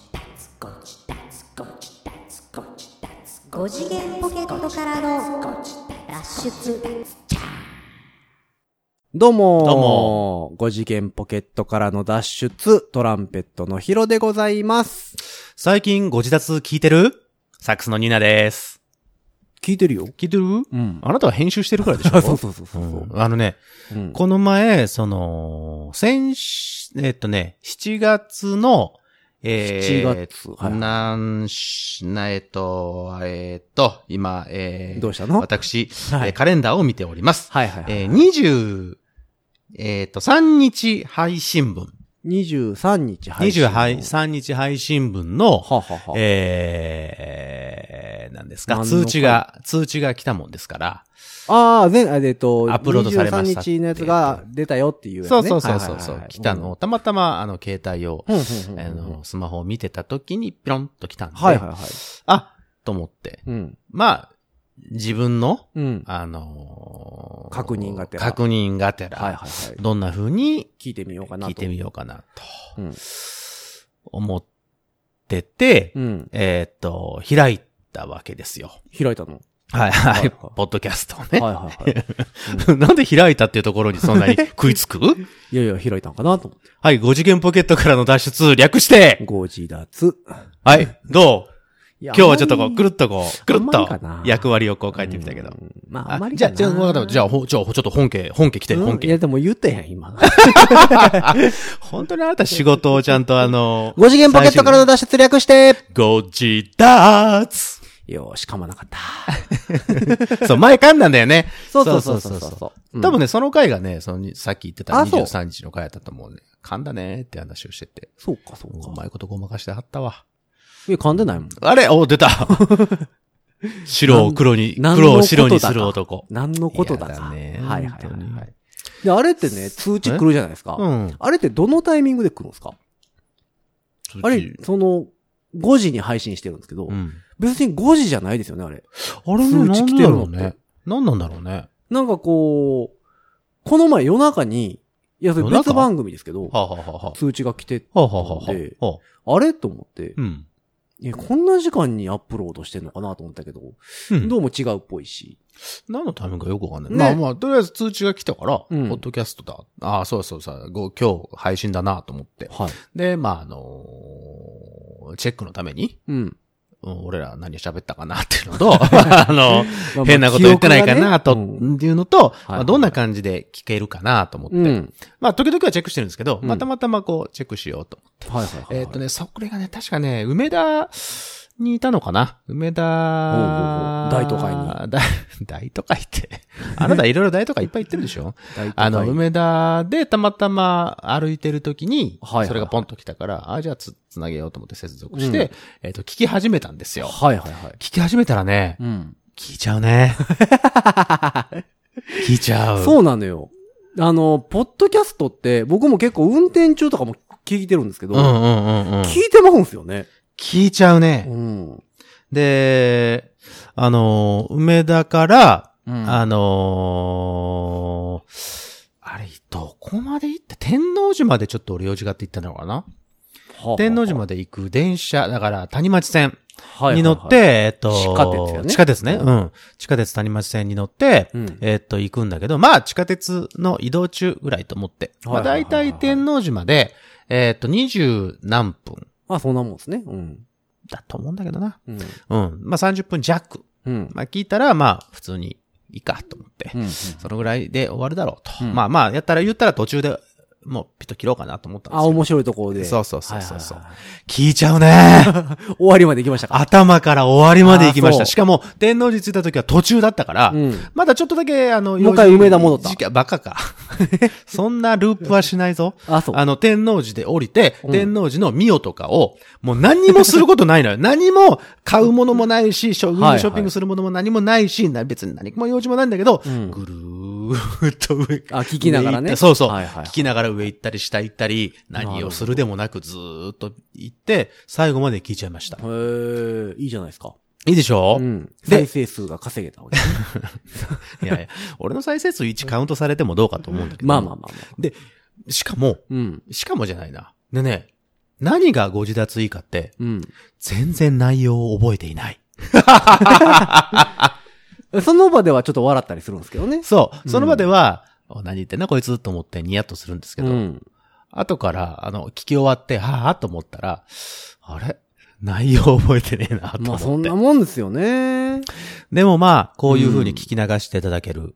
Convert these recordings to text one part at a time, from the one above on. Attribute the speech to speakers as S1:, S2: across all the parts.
S1: ゴチダツゴチダツゴチダツ5次元ポケットからの脱出
S2: どうもー
S3: どう
S2: ご次元ポケットからの脱出、トランペットのヒロでございます。
S3: 最近ご自宅聞いてるサックスのニーナです。
S2: 聞いてるよ。
S3: 聞いてる
S2: うん。
S3: あなたは編集してるからでしょ
S2: そうそうそうそう。
S3: うんあのね、
S2: うん
S3: この前、その、先し、えっとね、7月の、え
S2: 7
S3: ー、
S2: 月はい
S3: なんし、な、えっと、えっと、今、えー、
S2: どうしたの
S3: 私、
S2: はい
S3: えーカレンダーを見ております。
S2: はいはいはい。
S3: えー、20、えっと、3日配信分。
S2: 23日配信。
S3: 23日配信分の、
S2: ははは。
S3: えー、なんですか
S2: 何の
S3: 通知が、通知が来たもんですから。
S2: ああ、前、あえっと、
S3: アップロードされました
S2: 23日のやつが出たよっていうやつね、
S3: そうそうそうそ
S2: は
S3: うそう、
S2: いはいはい
S3: 来たのを、たまたま、あの、携帯を、
S2: うん。うんうんうん
S3: あの、スマホを見てた時に、ピロンと来たんで、
S2: はいはいはい。
S3: あ、と思って。
S2: うん。
S3: まあ、自分の、
S2: うん。
S3: あのー
S2: 確認がてら
S3: 確認がてら、
S2: はいはいはい。
S3: どんな風に
S2: 聞いてみようかなと。
S3: 聞いてみようかな、と
S2: うん。
S3: 思ってて、
S2: うん。
S3: えーっと、開いたわけですよ。
S2: 開いたの。
S3: はい
S2: は
S3: はいい。ポッドキャストをね。
S2: はいはいはい。
S3: なんで開いたっていうところにそんなに食いつく
S2: いやいや、開いたんかなと思って。
S3: はい、5次元ポケットからの脱出略して
S2: ゴジダツ。
S3: はい、どう
S2: 今
S3: 今日はちょっとこう、ぐるっとこう、ぐるっ
S2: あんま
S3: と
S2: りかな
S3: 役割をこう書いてみたけど。
S2: うん。まあ、あんまり
S3: じゃあ、
S2: かな
S3: じゃあ、わかったじゃあ、ほじゃあ、ちょっと本家、本家来て、
S2: うんい
S3: 本
S2: や、
S3: 家。
S2: でも言ったやん、今。
S3: 本当にあなた仕事をちゃんとあの、
S2: 5次元ポケットからの脱出略して
S3: ご自立
S2: よーし、噛まなかった。
S3: そう、前噛んだんだよね。
S2: そうそうそうそうそう。
S3: 多分ね、その回がね、その、さっき言ってた
S2: あそう
S3: 23日の回だったと思うね。噛んだねって話をしてて。
S2: そうか、そううか。
S3: まいことごまかしてはったわ。
S2: いや、噛んでないもん。
S3: あれお、出た白を黒に、
S2: なん
S3: 黒を白にする男。
S2: 何のことだか。
S3: ね。
S2: はいはい
S3: 本当に
S2: はい。で、あれってね、通知来るじゃないですか。
S3: うん。
S2: あれってどのタイミングで来るんですかあれ、その、5時に配信してるんですけど
S3: う、ん。
S2: 別に5時じゃないですよね、あれ。
S3: あれ
S2: ね
S3: ね、通知来てるの
S2: なんだろうね
S3: ね。何なんだろうね。
S2: なんかこう、この前夜中に、いや、それ
S3: 夜
S2: 別
S3: 中
S2: 番組ですけど
S3: は、あ、はあはあは
S2: 通知が来て、
S3: あ、はあはあはあ
S2: で
S3: はあ。
S2: あれと思って、
S3: うん。
S2: え、こんな時間にアップロードしてんのかなと思ったけど、
S3: うん
S2: どうも違うっぽいし。
S3: 何のタイミングかよくわかんない。
S2: ね
S3: まあまあ、とりあえず通知が来たから、ポ
S2: うん
S3: ッドキャストだ。ああ、そうそうそう。ご今日配信だなと思って。
S2: はい。
S3: で、まあ、あのーチェックのために、
S2: うん。
S3: うん俺ら何喋ったかなっていうの と、あの、変なこと言ってないかな、と、
S2: 記憶がね
S3: っていうのと、
S2: いはい
S3: まあどんな感じで聞けるかなと思って、
S2: うん。うん
S3: まあ、時々はチェックしてるんですけど、
S2: うん
S3: まあたまたまこう、チェックしようと。
S2: はいはいはい。
S3: えーっと。ね、そこれがね、確かね、梅田にいたのかな梅田
S2: ほうほう大都会に
S3: 大。大都会って。 あなたいろいろ大都会いっぱい行ってるでしょあの、梅田でたまたま歩いてる時に
S2: はいはい、
S3: それがポンと来たから、あ、じゃあつ、つなげようと思って接続して、えーっと、聞き始めたんですよ。
S2: はいはいはい。
S3: 聞き始めたらね、
S2: うん。
S3: 聞いちゃうね。 聞いちゃう。
S2: そうなのよ。あの、ポッドキャストって、僕も結構運転中とかも聞いてるんですけど、
S3: うんうんうんうん。
S2: 聞いてまうんすよね。
S3: 聞いちゃうね。
S2: うん。
S3: で、あのー、梅田から、
S2: あ
S3: あのー、あれ、どこまで行って、天王寺までちょっと俺用事があって行ったのかな天王寺まで行く電車、だから谷町線に乗っ、て、
S2: はいはいはい
S3: えっと、
S2: 地下鉄よね
S3: 地下鉄ね。うん。地下鉄谷町線に乗って、
S2: うん
S3: えーっと、行くんだけど、まあ、地下鉄の移動中ぐらいと思って。ま
S2: は
S3: あ、
S2: いはいはい
S3: 大
S2: はい
S3: 体天王寺まで、えーっと、二十何分
S2: まあそんなもんですね。うん。
S3: だと思うんだけどな。
S2: うん。
S3: うん。まあ、30分弱。
S2: うん。
S3: まあ、聞いたら、まあ、普通にいいかと思って。
S2: うん
S3: そのぐらいで終わるだろうと。
S2: うん
S3: まあまあ、やったら言ったら途中でもうピッと切ろうかなと思ったんです
S2: あ、
S3: けど。
S2: 面白いところで。
S3: そうそうそうそうそう
S2: はいはいはい
S3: 聞いちゃうね。
S2: 終わりまで行きましたか
S3: 頭から終わりまで行きまし
S2: あ
S3: た。
S2: そう
S3: しかも、天王寺着いた時は途中だったから、
S2: うん。
S3: まだちょっとだけ、あの、
S2: もう一回
S3: 用事
S2: 梅田戻った
S3: 時間バカか。 そんなループはしないぞ。
S2: あ、そう。
S3: あの、天王寺で降りて、
S2: うん
S3: 天王寺のミオとかを、もう何にもすること ないのよ。何も買うものもないし、ショ
S2: はいはい
S3: ショッピングするものも何もないし、な別に何も用事もないんだけど、
S2: うん
S3: ぐるーっと上から
S2: あ、聞きながら
S3: 上行っ
S2: ね。
S3: たそうそう。
S2: はいはい
S3: 聞。きながら上行ったり下行ったり、何をするでもなくずーっと行って、最後まで聞いちゃいました。
S2: へーいいじゃないですか。
S3: いいでしょ
S2: う
S3: う、
S2: ん。再
S3: で
S2: 生数が稼げたわけ。
S3: いやいや、俺の再生数1カウントされてもどうかと思うんだけど。
S2: まあまあまあまあ。
S3: で、しかも、
S2: うん。
S3: しかもじゃないな。でね、何がご自立いいかって、
S2: うん。
S3: 全然内容を覚えていない。
S2: その場ではちょっと笑ったりするんですけどね。
S3: そう。その場では、お何言ってんなこいつと思ってニヤッとするんですけ
S2: う
S3: ど、
S2: ん。後
S3: 後から、あの、聞き終わって、はぁと思ったら、あれ内容覚えてねえなと思って。
S2: まあそんなもんですよね。
S3: でもまあ、こういう風に聞き流していただける、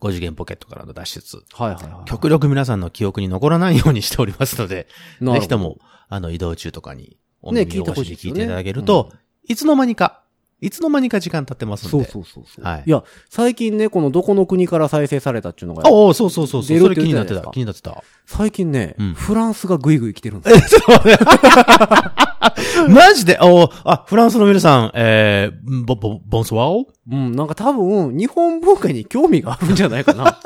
S3: 5次元ポケットからの脱出。
S2: はいはいはい。
S3: 極力皆さんの記憶に残らないようにしておりますので、
S2: なるほど
S3: ぜひとも、あの、移動中とかに、お
S2: ね
S3: 耳を越しに聞
S2: 聞
S3: い
S2: いてほしいですよね
S3: ていただけると、いつの間にか、いつの間にか時間経ってますんで。
S2: そうそうそうそう。
S3: はい
S2: いや、最近ね、このどこの国から再生されたっていうのが、
S3: ああ、そうそうそうそう。
S2: 出る
S3: そ
S2: っ
S3: れ
S2: て
S3: 気
S2: 言っ
S3: に
S2: て
S3: な
S2: たじゃないです、か
S3: ってた気になってた。
S2: 最近ね、
S3: うん
S2: フランスがぐいぐい来てるんですよ。
S3: マジでおーあ、フランスの皆さん、えー、ボ、ボ、ボンソワオ
S2: うん、なんか多分、日本文化に興味があるんじゃないか な。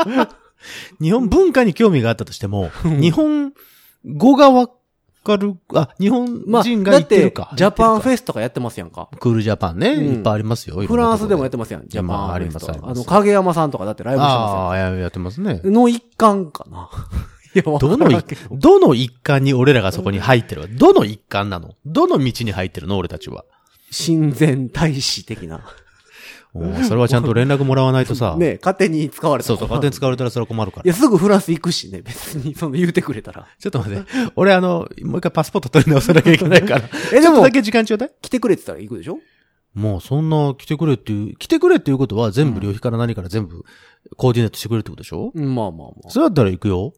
S3: 日本文化に興味があったとしても、日本語がわかる、あ、日本
S2: まあ、
S3: 人が言ってるか
S2: だ。ってジャパンフ
S3: ェ
S2: ェスとかやってますやんか。
S3: クールジャパンね、
S2: うん
S3: いっぱいありますよ。
S2: フランスでもやっててますやん、ジャ
S3: まあ
S2: パンフェスと
S3: あ
S2: か。
S3: りますあ
S2: あ
S3: ります
S2: の、影山さんとかだってライブして
S3: あ
S2: ま
S3: あ、ややってますね
S2: す。やん。の一環かな。いや、わから
S3: ど
S2: んけ
S3: の い、どの一環に俺らがそこに入ってるわどの一環なのどの道に入ってるの俺たちは。
S2: 親善大使的な。
S3: おーそれはちゃんと連絡もらわないとさ。
S2: ねえ勝手に使われた。
S3: そうそう、勝手に使われたらそれは困るから
S2: い。や、すぐフランス行くしね、別に、その言うてくれた ら。
S3: ちょっと待って。俺あの、もう一回パスポート取り直さなきゃいけないから。
S2: え、で
S3: ちょっと
S2: も
S3: だ、け時間ちょうだい
S2: 来てくれてたら行くでしょ
S3: もうそんな来てくれっていう、来てくれっていうことは全部旅費から何から全部コーディネートしてくれるってことでしょ、
S2: うんまあまあまあ。
S3: そうやったら行くよ。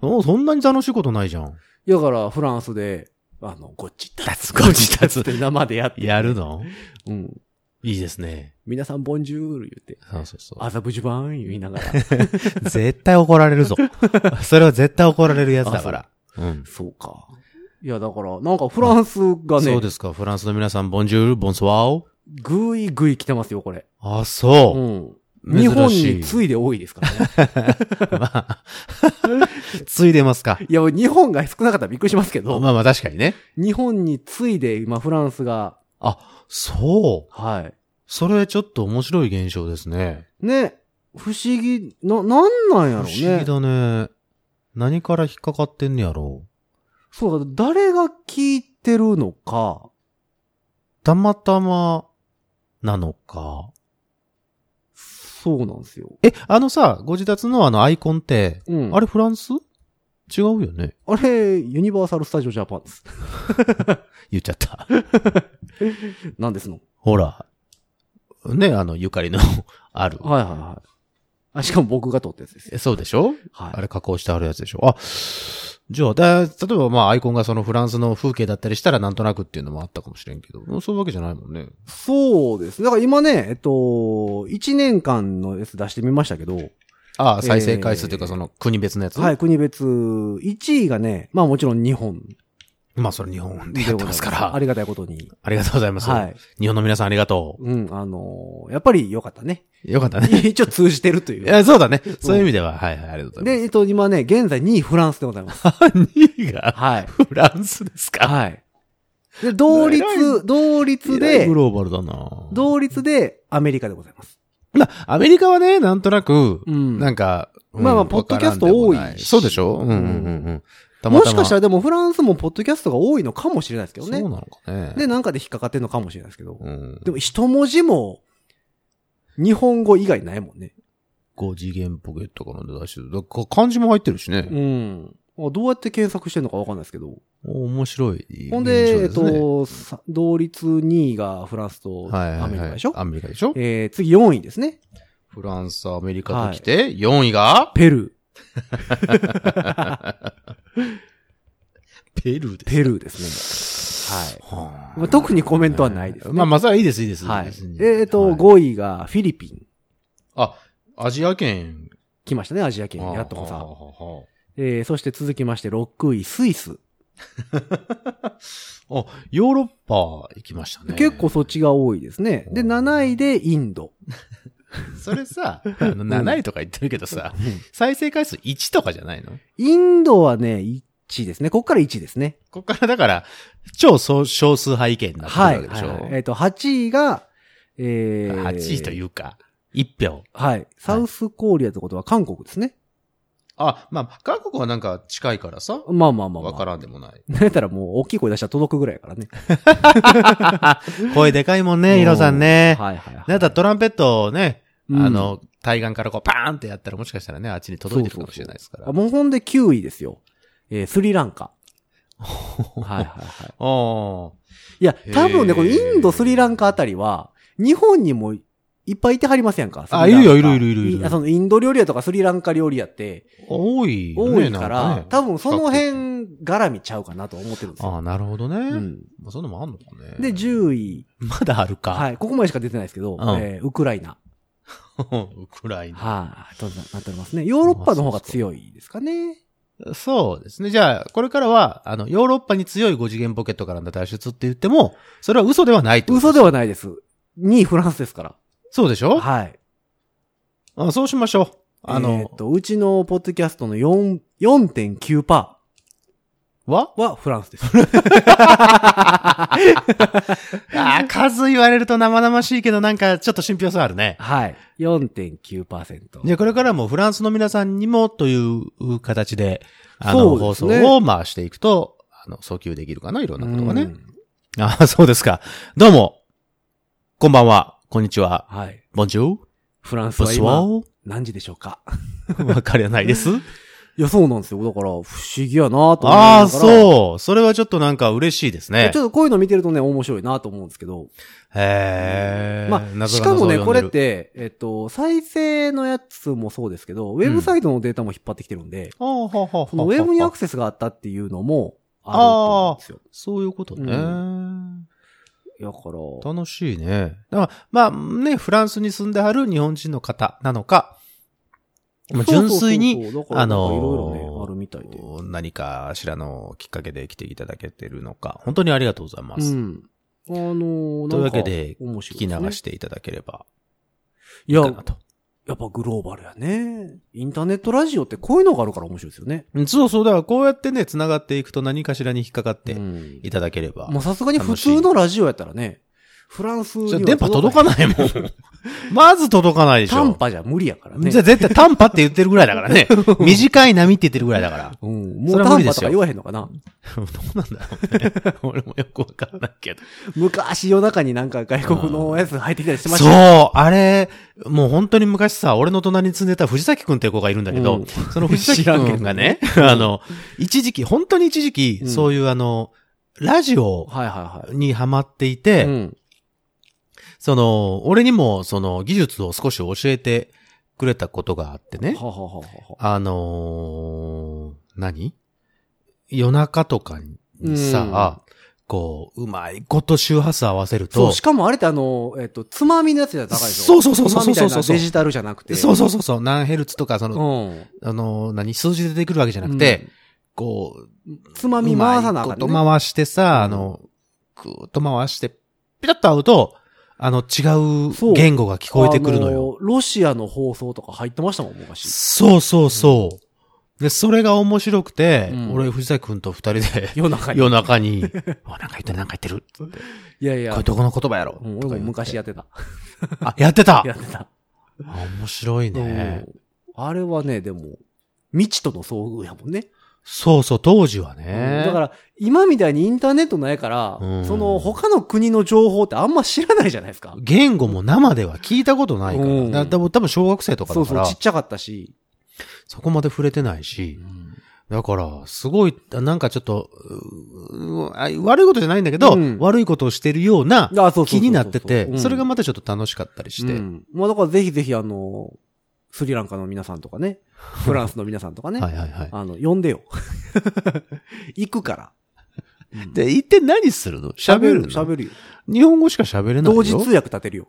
S3: おそんなに楽しいことないじゃん。
S2: だから、フランスで、あの、ごっちたつ、
S3: ごっちたつ
S2: って生でやって。
S3: やるの
S2: うん。
S3: いいですね。
S2: 皆さん、ボンジュール言って、
S3: そうそうそ
S2: アザブジュバーン言いな がら。
S3: う。絶対怒られ るぞ。それは絶対怒られるやつだから。うん。
S2: そうか。いや、だから、なんかフランスが
S3: そう
S2: ね、
S3: ですか。フランスの皆さん、ボンジュール、ボンソワーオ。
S2: ぐいぐい来てますよ、これ。
S3: あ、そうう。
S2: ん。
S3: 珍しい
S2: 日本に次いで多いですから ね。
S3: まあ、ついでますか。
S2: いや、日本が少なかったらびっくりしますけど、
S3: まあまあ確かにね。
S2: 日本に次いで今フランスが、
S3: あ、そう。
S2: はい。
S3: それちょっと面白い現象ですね。
S2: ね、不思議、な、なんなんやろう
S3: 不
S2: ね。
S3: 思議だね。何から引っかかってんねやろ
S2: そうだ、誰が聞いてるのか、
S3: う。たまたま、なのか。
S2: そうなんですよ。
S3: え、あのさ、ご自宅のあのアイコンって、
S2: うん。
S3: あ
S2: れ
S3: れフランス違うよね。
S2: あれ、ユニバーサル・スタジオ・ジャパンです。
S3: 言っちゃった。
S2: なんですの。
S3: ほら。ね、あの、ゆかりの ある。
S2: はいはいはい。あ、しかも僕が撮ったやつですよ。
S3: えそうでしょあ
S2: はい。
S3: れ加工してあるやつでしょあ、じゃあ、だ例えばまあアイコンがそのフランスの風景だったりしたらなんとなくっていうのもあったかもしれんけど、そういうわけじゃないもんね。
S2: そうですね。だから今ね、えっと、1年間のやつ出してみましたけど、
S3: ああ、再生回数というかその国別のやつ、
S2: はい、国別、1位がね、まあもちろん日本
S3: まあそれ日本
S2: でござ
S3: でや
S2: い
S3: ってますから。
S2: あ
S3: あ
S2: りがたいことに。
S3: りがとうございます。
S2: はい。
S3: 日本の皆さんありがと
S2: うん、あのーやっぱり良かったね。
S3: う。よかったね。
S2: 一応通じてるという。
S3: いやそうだね。そういう意味では、はいはい、ありがとうござ
S2: で、
S3: い
S2: えっと、今ね、現在2位フランスでござい ます。
S3: ます。2位が
S2: はい。
S3: フランスですか
S2: はい。で、同
S3: 偉
S2: 率、同率で
S3: グ、ローバルだな
S2: 同率でアメリカでございます。
S3: まあ、アメリカはね、なんとなく、
S2: うん
S3: なんか、うん
S2: まあまあ
S3: わからん
S2: ポッドキャスト多いし
S3: でもなそうでしょうんうんうんうん。たま
S2: も
S3: たま。
S2: しかした
S3: ら
S2: らでもフランスもポッドキャストが多いのかもしれないですけど
S3: そう
S2: ね。
S3: なのかね。
S2: で、なんかで引っかかってんのかもしれないですけど。
S3: うん。
S2: でも一文字も、日本語以外ないもんね。
S3: 5次元ポケットからの出しだから漢字も入ってるしね。
S2: うん。あどうやって検索してんのかわかんないですけど。
S3: 面白い現象すね。
S2: ほんで、えっと、さ同率2位がフランスと
S3: はいはいはい、
S2: アメリカでしょ、
S3: アメリカでしょ
S2: えー、次4位ですね。
S3: フランス、アメリカと来て、4位が
S2: ペル
S3: ペルー
S2: ー。ペルーですね。はい。
S3: はあ
S2: まあ、特にコメントはないです、ね。
S3: まあまあ、それはいいです、いいです。
S2: はい。え
S3: 別に
S2: ーっと、
S3: はい
S2: 5位がフィリピン。
S3: あ、アジア圏。
S2: 来ましたね、アジア圏。やっとこ
S3: はあ
S2: さ。
S3: は
S2: えー、そして続きまして6位、スイス。
S3: あはああ、ヨーロッパ行きましたね。
S2: 結構そっちが多いですね。で、
S3: うん
S2: 7位でインド。
S3: それさ、あの7位とか言ってるけどさ、再生回数1とかじゃないの
S2: インドはね、1ですね。こっから1ですね。
S3: ここからだから、超少少数派意見になって
S2: はい。
S3: るわけでしょ。
S2: はいはいえーっと、8位が、えー、
S3: 8位というか、1票。
S2: はい。サウスコーリアってことは韓国ですね。
S3: あ、まあ、韓国はなんか近いからさ、
S2: まあまあまあまあ。
S3: わからんで もない。
S2: なんやったらもう大きい声出したら届くぐらいやからね。
S3: 声でかいもんね、ヒロさんね。
S2: はいはいはい。
S3: なんだったらトランペットをね、
S2: うん
S3: あの、対岸からこうパーンってやったらもしかしたらね、あっちに届いてるかもしれないですから。
S2: あもうほんで9位ですよ。えースリラン カ。はいはいはい。
S3: あ
S2: いや
S3: へ、ー
S2: 多分ね、このインド、スリランカあたりは、日本にもいっぱいいてはりますやんか。
S3: あ
S2: スリランカ
S3: いるよいるいるいるいる
S2: あそのインド料理やとかスリランカ料理やって、
S3: あ。多いよね、
S2: 多いから、
S3: なんね
S2: 多分その辺絡みちゃうかなと思ってるんです
S3: あ
S2: よ。
S3: あ、なるほどね。
S2: うん、
S3: まあ、そんなもんあんのかね。
S2: で、10位。
S3: まだあるか。
S2: はい。ここまでしか出てないですけど、
S3: うん
S2: えーウクライナ。
S3: ウクライナ。
S2: はい、とななっておりますね。ヨーロッパの方が強いですかね。
S3: そうですね。じゃあ、これからは、あの、ヨーロッパに強い5次元ポケットからの脱出って言っても、それは嘘ではないってこと
S2: 嘘ではないです。2位フランスですから。
S3: そうでしょ
S2: はい。
S3: あそうしましょう。あの、
S2: えーっと、うちのポッドキャストの4 4.9%は
S3: は
S2: フランス です。
S3: ああ、数言われると生々しいけど、なんか、ちょっと信憑性あるね。
S2: はい。4.9%。
S3: で、これからもフランスの皆さんにもという形で、あ
S2: そ
S3: の、
S2: う
S3: 放
S2: です
S3: 送
S2: ね
S3: を回していくと、あの、訴求できるかな、いろんなことが
S2: う
S3: ね。
S2: ん
S3: ああ、そうですか。どうも、こんばんは、こんにちは、
S2: はい。
S3: ボンジュー、
S2: フランス
S3: ボ
S2: は
S3: スワ
S2: 今、
S3: オ
S2: 何時でしょうか。
S3: わかりゃない です。
S2: いや、そうなんですよ。だから、不思議やなと思いながら
S3: ああ、そう。それはちょっとなんか嬉しいですね
S2: ちょ。っとこういうの見てるとね、面白いなと思うんですけど。
S3: へえ。
S2: まあ、し
S3: 謎
S2: か
S3: が謎
S2: もね、
S3: を呼んでる
S2: これっ。て、えっと、再生のやつもそうですけど、ウェブサイトのデータも引っ張ってきてるんで、
S3: ああ、はあはあ
S2: そのウェブにア
S3: ス。
S2: クセスがあったっていうのも、あると思うんですよ。
S3: そういうことね。
S2: うだから、
S3: 楽しいね。だからまあね、フランスに住んである日本人の方なのか、まあ、純粋に、
S2: そうそうそうそう、
S3: あ
S2: あの
S3: の
S2: いろいろね、あるみたいで。
S3: 何かしらのきっかけで来ていただけてるのか、本当にありがとうございま
S2: う
S3: す。
S2: ん。あの、
S3: という
S2: なんか
S3: わけで、
S2: 面
S3: 聞
S2: 白
S3: き
S2: いですね
S3: 流していただければ
S2: い
S3: いい
S2: や、
S3: かなと。
S2: やっぱグローバルやね。インターネットラジオってこういうのがあるから面白いですよね。
S3: うんそうそう、だからこうやってね、繋がっていくと何かしらに引っかかって
S2: うん
S3: いただければ。
S2: まあさすがに普通のラジオやったらね、フランスに
S3: じゃ
S2: は
S3: あ電波届か
S2: い。
S3: ないもん。まず届かないでしょ。
S2: 短波じゃ無理やからね。
S3: じゃあ絶対短波って言ってるぐらいだからね。短い波って言ってるぐらいだから。 ど
S2: うん、もう
S3: それは無
S2: 短
S3: 理で
S2: 波
S3: す
S2: と
S3: よ
S2: か言わへんのかな
S3: うなんだろうね。 俺もよくわからないけど。
S2: 昔夜中になんか外国のやつ入ってきたりしてました
S3: そう
S2: よ。
S3: あれ、もう本当に昔さ、俺の隣に住んでた藤崎くんっていう子がいるんだけど、
S2: うん
S3: その藤 崎くんがね、あの、一時期、本当に一時期、
S2: うん
S3: そういうあの、ラジオ
S2: はいはいはい。
S3: にハマっていて、
S2: うん
S3: その、俺にもその技術を少し教えてくれたことがあってね
S2: は、はははは。
S3: あのー何夜中とかにさ、こう、うまいこと周波数合わせる
S2: そ
S3: と、
S2: う、しかもあれってあの、えっと、つまみのやつじゃ高いでしょ
S3: そうそうそうそう
S2: つまみたい
S3: そうそう
S2: な
S3: そう
S2: デジタルじゃなくて。
S3: そうそうそうそう、何ヘルツとか、その、
S2: うん。
S3: あのー何、数字で出てくるわけじゃなくて、こう、
S2: つまみ回さなあか
S3: うまい
S2: ん
S3: こと
S2: ね。
S3: 回してさ、あの、ぐーっと回して、ピタッと合うと、あの、違
S2: そうう
S3: 言語が聞こえてくるのよ。
S2: あロシアの放送とか入ってましたもん、昔。
S3: そうそうそう。で、それが面白くて、
S2: うん
S3: 俺、藤崎くんと二人で、
S2: 夜中に。
S3: 夜中に、 おなんか言ってる、なんか言ってる。こ
S2: いやいや
S3: れ、どこの言葉やろ
S2: うん
S3: とか
S2: 俺も
S3: 言って
S2: 昔やってた。
S3: あ、やってた
S2: やってた。
S3: あ面白いね
S2: う。んあれはね、でも、未知との遭遇やもんね。
S3: そうそう、当時はね。
S2: だから、今みたいにインターネットないから、
S3: うん
S2: その他の国の情報ってあんま知らないじゃないですか。
S3: 言語も生では聞いたことないから。
S2: うん
S3: だ多分多分小学生とか
S2: そ
S3: だ
S2: う
S3: か
S2: そ
S3: ら、
S2: う、
S3: そ
S2: ちっちゃかったし。
S3: こまで触れてないし。だから、すごい、なんかちょっと、ううあ悪いことじゃないんだけど、
S2: うん
S3: 悪いことをしてるような
S2: あそうそうそうそう
S3: 気になってて、それが
S2: ま
S3: またちょっと楽しかったりして。
S2: うんまあだからぜひぜひあの、スリランカの皆さんとか ね、フランスの皆さんとかね、
S3: はいはいはい。
S2: あの、呼んでよ。 行くから。
S3: で、一体何するの喋るの
S2: 喋るよ。
S3: 日本語しか喋れないよ。
S2: 同時通訳立てるよ。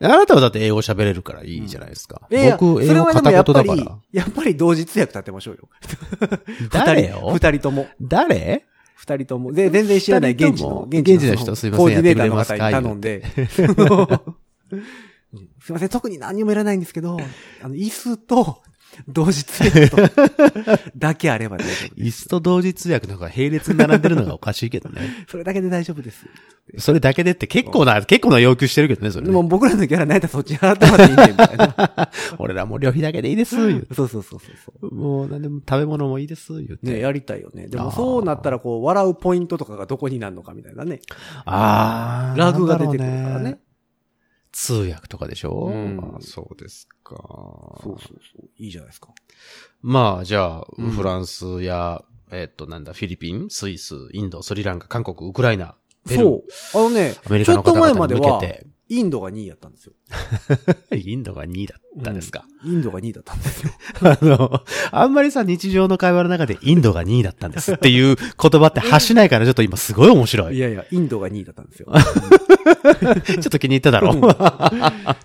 S3: あなたはだって英語喋れるからいいじゃないですか。
S2: いやいや
S3: 僕、英
S2: それ
S3: 語
S2: はでもや
S3: 片
S2: っ
S3: 言
S2: ぱ
S3: だ
S2: り
S3: から。、
S2: やっぱり同時通訳立てましょうよ。
S3: 誰
S2: 二人、
S3: よ
S2: 二人とも。
S3: 誰
S2: 二人とも。で、全然知らない現地の、
S3: 二人とも現地の人
S2: そ
S3: すいません
S2: コーディネーターの方に
S3: やって
S2: 頼んで、 そのうんすいません、特に何にもいらないんですけど、あの、椅子と、同時通訳 とだけあれば大丈夫で
S3: 椅
S2: す
S3: 子。と同時通訳の方が並列に並んでるのがおかしいけどね。
S2: それだけで大丈夫です。
S3: それだけでって結構な、結構な要求してるけどね、それ
S2: で
S3: ね、
S2: も僕らのギャラないとそっちに払ってもらっていいんで、みたい な。
S3: 俺らもう旅費だけでいいです、言う
S2: そうそうそうそうそ
S3: もう何でも食べ物もいいです、言っ
S2: う。
S3: て。
S2: ねやりたいよね。でもそうなったらこう、笑うポイントとかがどこになるのかみたいなね。
S3: あー
S2: ラグが出てくるからね
S3: なんだろう通訳とかでし
S2: う
S3: ょ
S2: ん
S3: あそうですか。
S2: そうそうそう。いいじゃないですか。
S3: まあ、じゃあ、
S2: うん
S3: フランスや、えっと、なんだ、フィリピン、スイス、インド、スリランカ、韓国、ウクライナ、ペルー、
S2: そう。あのね、
S3: アメリ
S2: ち
S3: カ
S2: ょ
S3: の
S2: っと
S3: 方
S2: 前
S3: 々
S2: ま
S3: に
S2: で
S3: 向
S2: は
S3: け、て、
S2: インドが2位やったんですよ。
S3: インドが2位だったですか。
S2: インドが2位だったんですよ。
S3: あの、あんまりさ、日常の会話の中でインドが2位だったんですっていう言葉って発しないから、ちょっと今すごい面白
S2: い
S3: い。
S2: やいや、インドが2位だったんですよ。
S3: ちょっと気に入っただろ。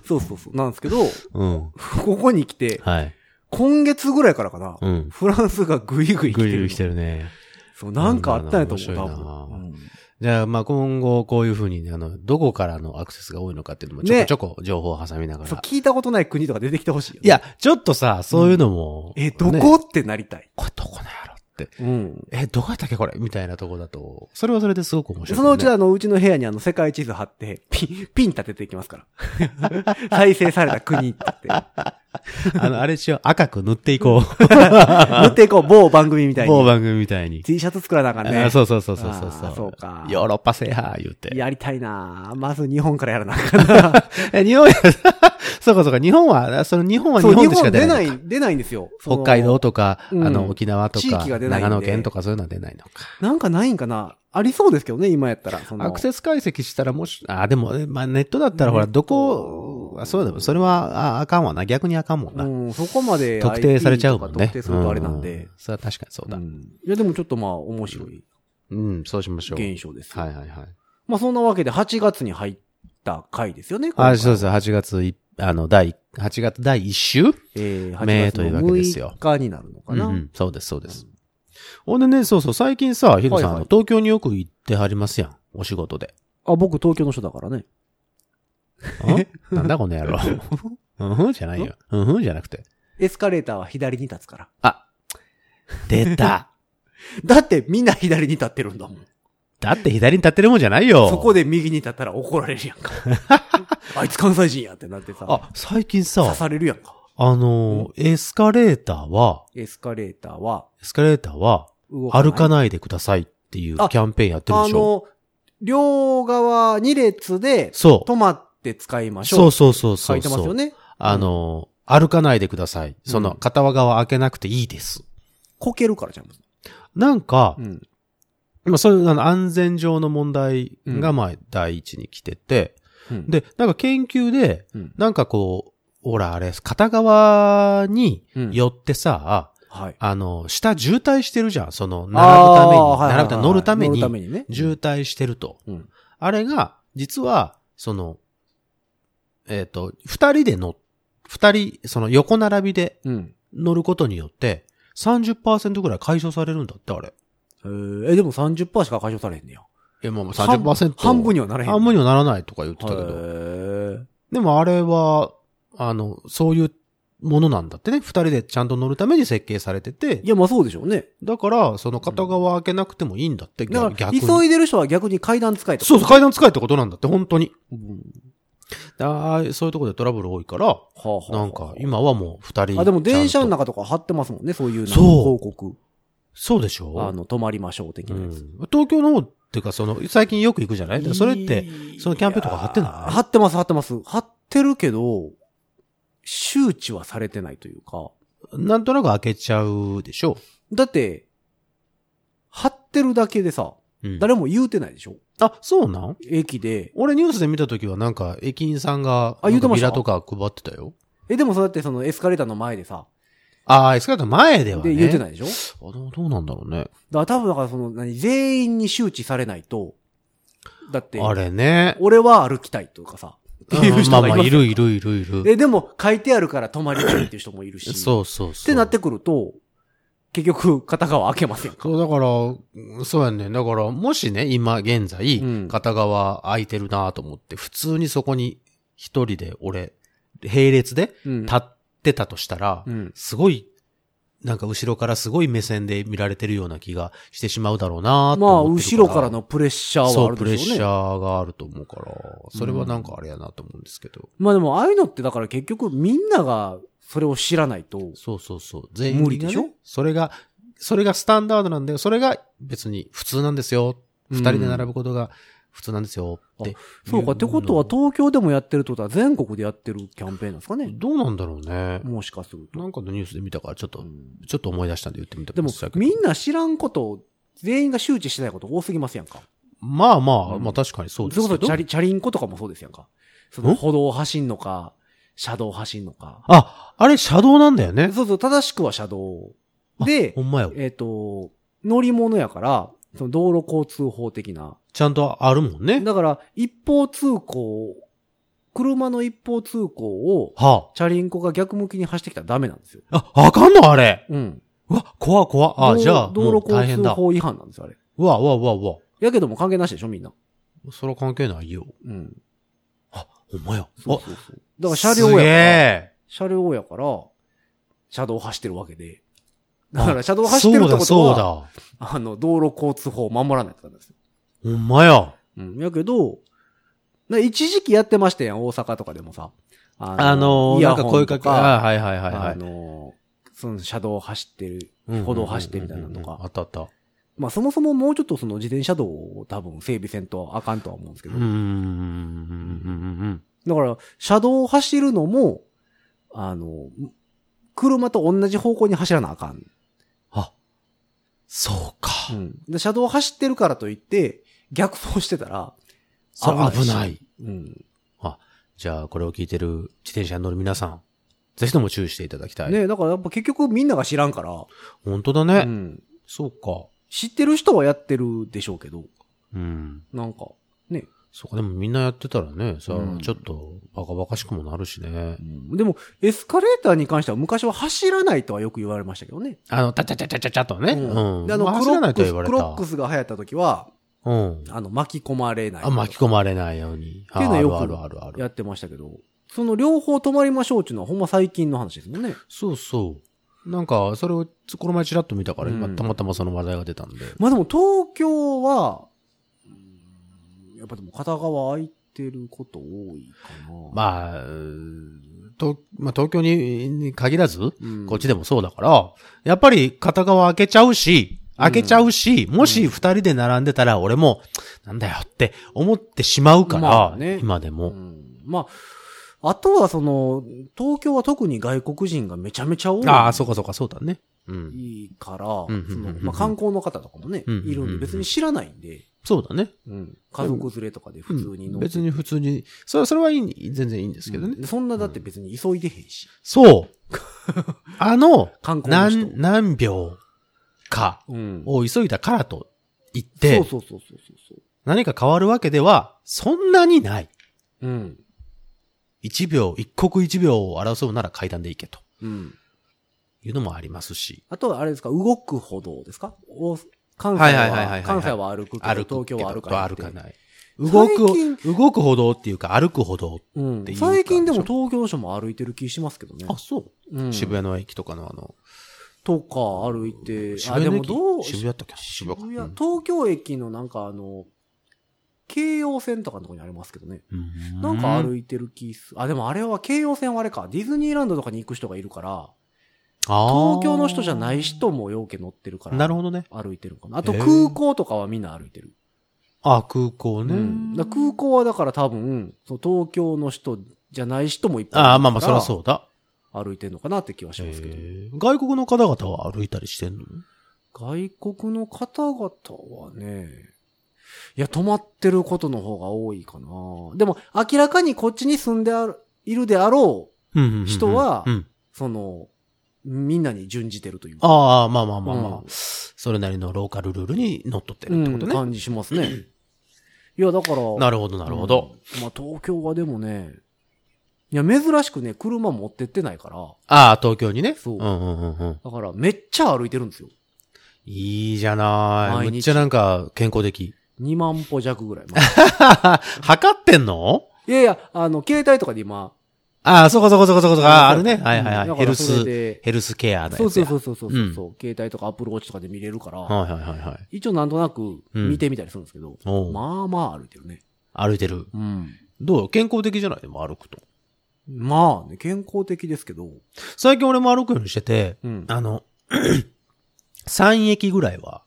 S2: そうそうそう。なんですけど、
S3: うん。
S2: ここに来て、
S3: はい。
S2: 今月ぐらいからかな、
S3: うん。
S2: フランスがぐいぐい来て
S3: グ
S2: る。
S3: リルしてるね。
S2: そう、なんかあったんやと思う、
S3: な
S2: 多
S3: んだろうな面白いな
S2: 分。うん
S3: じゃあ、まあ、今後、こういうふうに、あの、どこからのアクセスが多いのかっていうのも、ちょこ
S2: ね
S3: ちょこ情報を挟みなが
S2: そう、
S3: ら。
S2: 聞いたことない国とか出てきてほしいよね。
S3: いや、ちょっとさ、そういうのも。
S2: え、ど
S3: ね
S2: こってなりたい。
S3: これどこなんやろって。
S2: うん。
S3: え、どこやったっけこれみたいなとこだと、それはそれですごく面白い、
S2: そのうち、あの、うちの部屋にあの、世界地図貼って、ピン、ピン立てていきます から。再生された国って言って。
S3: あの、あれしよう、赤く塗っていこう。
S2: 塗っていこう、某番組みたい
S3: 某
S2: に。
S3: 番組みたいに。
S2: T シャツ作らなあかんね。
S3: あそうそうそうそうそう
S2: あーそうか
S3: ヨーロッパ制覇言うて。
S2: やりたいなあまず日本からやらなあかんな
S3: え、日本 や、そうかそうか、日本は、その日本は
S2: そ
S3: 日
S2: う、日
S3: 本でしか
S2: 本
S3: 出
S2: 出
S3: な
S2: ないい
S3: のか。、
S2: 出ないんですよ。そ
S3: 北
S2: の
S3: 海道とか、
S2: うん
S3: あの、沖縄と
S2: 地
S3: か、
S2: 域が出ないんで
S3: 長野県とかそういうのは出ないのか。
S2: なんかないんかなありそうですけどね、今やったら。その
S3: アクセス解析したらもし、あ、でも、えまあネットだったらほら、
S2: ネット
S3: どこ、あそうでも、それは、ああかんわな。逆にあかんもんな。
S2: うん、そこまで
S3: 特定されちゃうもん
S2: IT
S3: ね。
S2: とか特定するとあれなん
S3: う
S2: で。
S3: それは確かにそうだ。
S2: うんいや、でもちょっとまあ、面白い
S3: うん、そうしましょう。
S2: 現象ですよ。
S3: はいはいはい。
S2: まあ、そんなわけで、8月に入った回ですよね。。
S3: あ、そうですす。8月い、あの、第、8月第1週
S2: えー、8
S3: めー
S2: 月
S3: というわ
S2: の
S3: けですよ
S2: 6日になるのかな。
S3: うんうんそうです、そうです。ほんでね、そうそう、最近さ、ヒロさん、
S2: はいはい
S3: あの東京によく行ってはりますやん。お仕事 で。
S2: あ、僕東京の人だからね。
S3: んなんだこ の野郎。うんふんじゃないよ。うんふんじゃなくて。
S2: エスカレーターは左に立つから。
S3: あ、出た。
S2: だってみんな左に立ってるんだもん。
S3: だって左に立ってるもんじゃないよ。
S2: そこで右に立ったら怒られるやん か。あいつ関西人やってなってさ、
S3: あ、最近
S2: 刺
S3: さ、
S2: されるやんか。
S3: あのー、エスカレーターは、
S2: エスカレーターは
S3: エスカレーターは、
S2: 動かない。
S3: 歩かないでくださいっていうキ
S2: あ
S3: ャンペーンやってるでしょ。
S2: あの、両側2列で
S3: そ
S2: 止まって使いま
S3: う。
S2: しょ。
S3: そううそうそうそ
S2: 書
S3: う。
S2: いてますよね。
S3: あのー、歩かないでください。その、
S2: うん
S3: 片側開けなくていいです。
S2: こけるからじゃん。
S3: なんか
S2: う、ん。
S3: まあ、そういう、あの、安全上の問題が、
S2: うん
S3: まあ、第一に来てて、
S2: うん、
S3: で、なんか研究で、
S2: うん
S3: なんかこう、ほら、あれ、片側に
S2: うん
S3: 寄ってさ、
S2: はい。
S3: あの、下渋滞してるじゃん。その、並ぶために、
S2: あーはいはいはい
S3: 並ぶために乗るため
S2: 乗るた
S3: に
S2: め、にね。
S3: 渋滞してると。
S2: うん
S3: あれが、実は、その、えっ、と、二人で乗っ、二人、その横並びで
S2: うん。
S3: 乗ることによって、30%ぐらい解消されるんだって、あれ。
S2: えーえ、でも30%しか解消されへんねや。
S3: え、まあまあ
S2: 半半分
S3: に
S2: にはなれへん。
S3: 半分にはならないとか言ってたけ
S2: へ
S3: ど。
S2: ー
S3: でもあれは、あの、そういうものなんだってね。二人でちゃんと乗るために設計されてて
S2: い、や、まあそうでしょうね。
S3: だから、その片側開けなくてもいいんだって、
S2: だ
S3: 逆
S2: から、
S3: 逆に。
S2: 急いでる人は逆に階段使いとか。
S3: そうそう、階段使えってことなんだって、本当に。
S2: うん
S3: ああ、そういうとこでトラブル多いから、
S2: はあはあはあ
S3: なんか、今はもう二人。
S2: あ、でも電車の
S3: 中。
S2: 中とか貼ってますもんね、そういうの
S3: そう
S2: 広告。
S3: そうでしょ
S2: あの、止まりましょう的
S3: う
S2: なんやつ。
S3: ん東京の方っていうか、その、最近よく行くじゃないそれって、そのキャンペーンとか貼ってない
S2: やー貼ってます、貼ってます。貼ってるけど、周知はされてないというか。
S3: なんとなく開けちゃうでしょ
S2: だって、貼ってるだけでさ、
S3: うん
S2: 誰も言うてないでしょ
S3: あ、そうなん
S2: 駅で。
S3: 俺ニュースで見たときはなんか、駅員さんが、
S2: あ言うてました
S3: なんかビラとか配ってたよ。
S2: え、でもそうやってそのエスカレーターの前でさ、
S3: ああ、エスカレーター前ではね。
S2: で言うて
S3: い。
S2: ないでしょ
S3: あ、でもどうなんだろうね。
S2: だから多分だからその、何、全員に周知されないと、だって、
S3: あれね。
S2: 俺は歩きたいとかさ、っていう人がいますよ
S3: まあまあ、いるいるいるいる。
S2: え、でも書いてあるから止まりたいっていう人もいるし。
S3: そうそうそう。
S2: ってなってくると、結局、片側開けませんか。
S3: そう、だからうん、そうやね。だから、もしね、今現在、
S2: うん
S3: 片側空いてるなと思って、普通にそこに一人で、俺、並列で
S2: うん
S3: 立っってたとしたら、
S2: うん。
S3: すごい、なんか後ろからすごい目線で見られてるような気がしてしまうだろうな
S2: まあ、
S3: と思って
S2: 後
S3: るか
S2: ろ
S3: ら。
S2: からのプレッシャーは
S3: そ
S2: ある
S3: う、プレ
S2: で
S3: ッ
S2: しょう
S3: シャ
S2: ね。
S3: ーがあると思うから、それはなんかあれやなと思うんですけど。
S2: まあでも、ああいうのってだから結局みんながそれを知らないと。
S3: そうそうそう。全員がね
S2: 無理でしょ
S3: それが、それがスタンダードなんだよ。それが別に普通なんですよ。
S2: うん
S3: 二人で並ぶことが普通なんですよ。って
S2: そうか。ってことは東京でもやってるってことは全国でやってるキャンペーンなんですかね。
S3: どうなんだろうね。
S2: もしかすると。
S3: なんかのニュースで見たから、ちょっと、
S2: うん
S3: ちょっと思い出したんで言ってみた
S2: でも
S3: した、けど
S2: みんな知らんことを、全員が周知してないこと多すぎますやんか。
S3: まあまあ、
S2: うん
S3: まあ確かにそうで
S2: それ
S3: す
S2: こそ
S3: けど
S2: チャ。リ、チャリンコとかもそうですやんか。そ
S3: ん
S2: の歩道を走んのか、車道を走んのか。
S3: あ、あれ、車道なんだよね。
S2: そうそう、正しくは車道。
S3: あ
S2: で
S3: ほ、んまよ。
S2: えっ、と、乗り物やから、その道路交通法的な。
S3: ちゃんとあるもん ね。
S2: だから、一方通行、車の一方通行を、
S3: は
S2: チャリンコが逆向きに走ってきたらダメなんですよ。
S3: あ。あ、あかんのあれ。
S2: うん。
S3: うわ、怖怖。あ、
S2: 道
S3: じゃあ、
S2: 道
S3: もう
S2: 路
S3: 大
S2: 交
S3: 変
S2: 通
S3: だ。
S2: 法違反なんですよ、あれ。
S3: うわ、うわ、うわ、うわ。
S2: やけども関係なしでしょ、みんな。
S3: それは関係ないよ。
S2: うん。
S3: あ、ほんまや。
S2: そうそうそう。だから車
S3: す
S2: 両や
S3: げ
S2: から、
S3: え。
S2: 車両やから、車道を走ってるわけで。だから車道を走ってるってこと
S3: そうだ、
S2: は、
S3: そ
S2: あの、道路交通法を守らないとダメですよ。
S3: うだ。ほんまや。
S2: うん。やけど、な一時期やってましたやん、大阪とかでもさ。あ
S3: あの
S2: イ
S3: ー、な
S2: ヤ
S3: んか
S2: ホ
S3: 声
S2: ン
S3: か
S2: と
S3: け、あはいはいはいは
S2: あ
S3: い。
S2: のー、その車道を走ってる、
S3: うんうんうんうん
S2: 歩道を走ってみたいなのと
S3: あ
S2: か。
S3: ったあった。
S2: まあそもそももうちょっとその自転車道を多分整備せんとあかんとは思うんですけ
S3: う
S2: ど。
S3: ーんうんうん
S2: だから、車道を走るのも、あの、車と同じ方向に走らなあかん。
S3: そうか。
S2: で車道を走ってるからといって、逆走してたら、
S3: それ
S2: 危
S3: 危
S2: な
S3: ないい。
S2: うん。
S3: じゃあ、これを聞いてる自転車に乗る皆さん、ぜひとも注意していただきたい。
S2: ねだからやっぱ結局みんなが知らんから、
S3: 本当だね。
S2: うん
S3: そうか。
S2: 知ってる人はやってるでしょうけど、
S3: うん。
S2: なんか、
S3: そうか、でもみんなやってたらね、さ、
S2: うん
S3: ちょっとバカバカしくもなるしね。
S2: でも、エスカレーターに関しては昔は走らないとはよく言われましたけどね。
S3: あの、たちゃちゃちゃちゃちゃとね。うん。
S2: であの、
S3: まあ
S2: ク
S3: 走
S2: ロ
S3: らな
S2: ッ
S3: いと
S2: クス、
S3: は言われ
S2: ク
S3: た。
S2: ロックスが流行った時は、
S3: うん。
S2: あの、巻き込まれない。
S3: あ、巻き込まれないように。
S2: っていうのはよく
S3: あるあるあるある。
S2: やってましたけど、その両方止まりましょうっていうのはほんま最近の話ですもんね。
S3: そうそう。なんか、それを、この前チラッと見たから、今、
S2: うん
S3: たまたまその話題が出たんで。
S2: まあでも東京は、うんやっぱでも片側空いてること多いかな。あ、
S3: まあ、うーと、まあ、東京にに限らず、
S2: うん、
S3: こっちでもそうだから、やっぱり片側開けちゃうし、開けちゃうし、もし二人で並んでたら、俺も、なんだよって思ってしまうから、
S2: まあね
S3: 今でも。
S2: うんまあ、あとはその、東京は特に外国人がめちゃめちゃ多い。
S3: ああ、そうかそうか、そうだね。うん。
S2: いいから、
S3: んうん
S2: そ
S3: うんう
S2: の
S3: ん
S2: まあ、観光の方とかもね、
S3: うんうんうんうん
S2: いるんで、別に知らないんで、
S3: そうだね。
S2: うん家族連れとかで普通に
S3: う
S2: 乗
S3: ん
S2: って
S3: 別に普通に、それは、それはいい、全然いいんですけどね。
S2: うんそんなだって別に急いでへんし、
S3: そう。あの、
S2: 観光の人。
S3: 何、何秒か
S2: うん
S3: を急いだからと言って、
S2: そうそうそうそうそう
S3: 何か変わるわけでは、そんなにない。
S2: そう。うん。
S3: 一秒、一刻一秒を争うなら階段で行けと
S2: うん。
S3: いうのもありますし。
S2: あとはあれですか、動く歩道ですかお関西
S3: はいはいはいはいは
S2: は、
S3: い
S2: 関西は歩くけど、
S3: 歩く
S2: 東京は歩かない
S3: ない。
S2: っ
S3: 歩
S2: て。
S3: かない。動
S2: 最
S3: く、動く歩道っていうか歩く歩道。
S2: うん
S3: っていうか
S2: 最近でも東京市も歩いてる気しますけどね。
S3: あ、そうう。
S2: ん
S3: 渋谷の駅とかのあの、
S2: とか歩いて、
S3: 渋
S2: あ、でも
S3: 谷の駅
S2: どう、
S3: 渋谷だったっけ
S2: 渋谷、
S3: 渋谷か。
S2: 東京駅のなんかあの、京葉線とかのとこにありますけどね。
S3: うん
S2: なんか歩いてる気す、あ、でもあれは京葉線はあれか、ディズニーランドとかに行く人がいるから、東京の人じゃない。人も要件乗ってるか
S3: あーな
S2: ら
S3: る、ほどね。
S2: 歩いてるかな。あと
S3: へー
S2: 空港とかはみんな歩いてる。
S3: あ、空港
S2: う
S3: ね
S2: ん。だから空港はだから多分、その東京の人じゃない人もいっぱいいるから
S3: ああ、まあまあ、そりゃそうだ。
S2: 歩いてるのかなって気はしますけど。
S3: へー外国の方々は歩いたりしてんの
S2: 外国の方々はね、いや、泊まってることの方が多いかな。でも、明らかにこっちに住んである、いるであろう、
S3: うんうんうんうん
S2: 人は
S3: うん
S2: その、みんなに準じてるというか、
S3: ああ、まあまあまあまあ、
S2: うん
S3: それなりのローカルルールに乗っとって
S2: う
S3: るってこ
S2: ん、
S3: とね。
S2: 感じしますね。 いや、だから、
S3: なるほど、なるほど。
S2: うん。まあ、東京はでもね、いや、珍しくね、車持ってってないから、
S3: ああ、東京にね。
S2: そう
S3: うんうんうんうん。
S2: だから、めっちゃ歩いてるんですよ。
S3: いいじゃな
S2: 毎
S3: い。
S2: 日
S3: めっちゃなんか健康的。
S2: 2万 歩弱ぐらい。まあ
S3: 測ってんの
S2: いやいや、あの、携帯とかで今、
S3: ああ、そこそこそこそこそこ。ああ、あるね。
S2: そう
S3: はいはいうは
S2: ん
S3: い。ヘ
S2: だか
S3: ル
S2: らそ
S3: ス、
S2: れで
S3: ヘルスケアのやつ
S2: そう
S3: や。
S2: そうそうそうそうそう、
S3: うん
S2: 携帯とかアップルウォッチとかで見れるから、
S3: はいはいはいはい。
S2: 一応なんとなく見てみたりするんですけど、
S3: おう
S2: まあまあ歩いてるね。
S3: 歩いてる。
S2: うん。
S3: どう健康的じゃないでも歩くと。
S2: まあね、健康的ですけど、
S3: 最近俺も歩くようにしてて、
S2: うん。
S3: あの、3駅ぐらいは、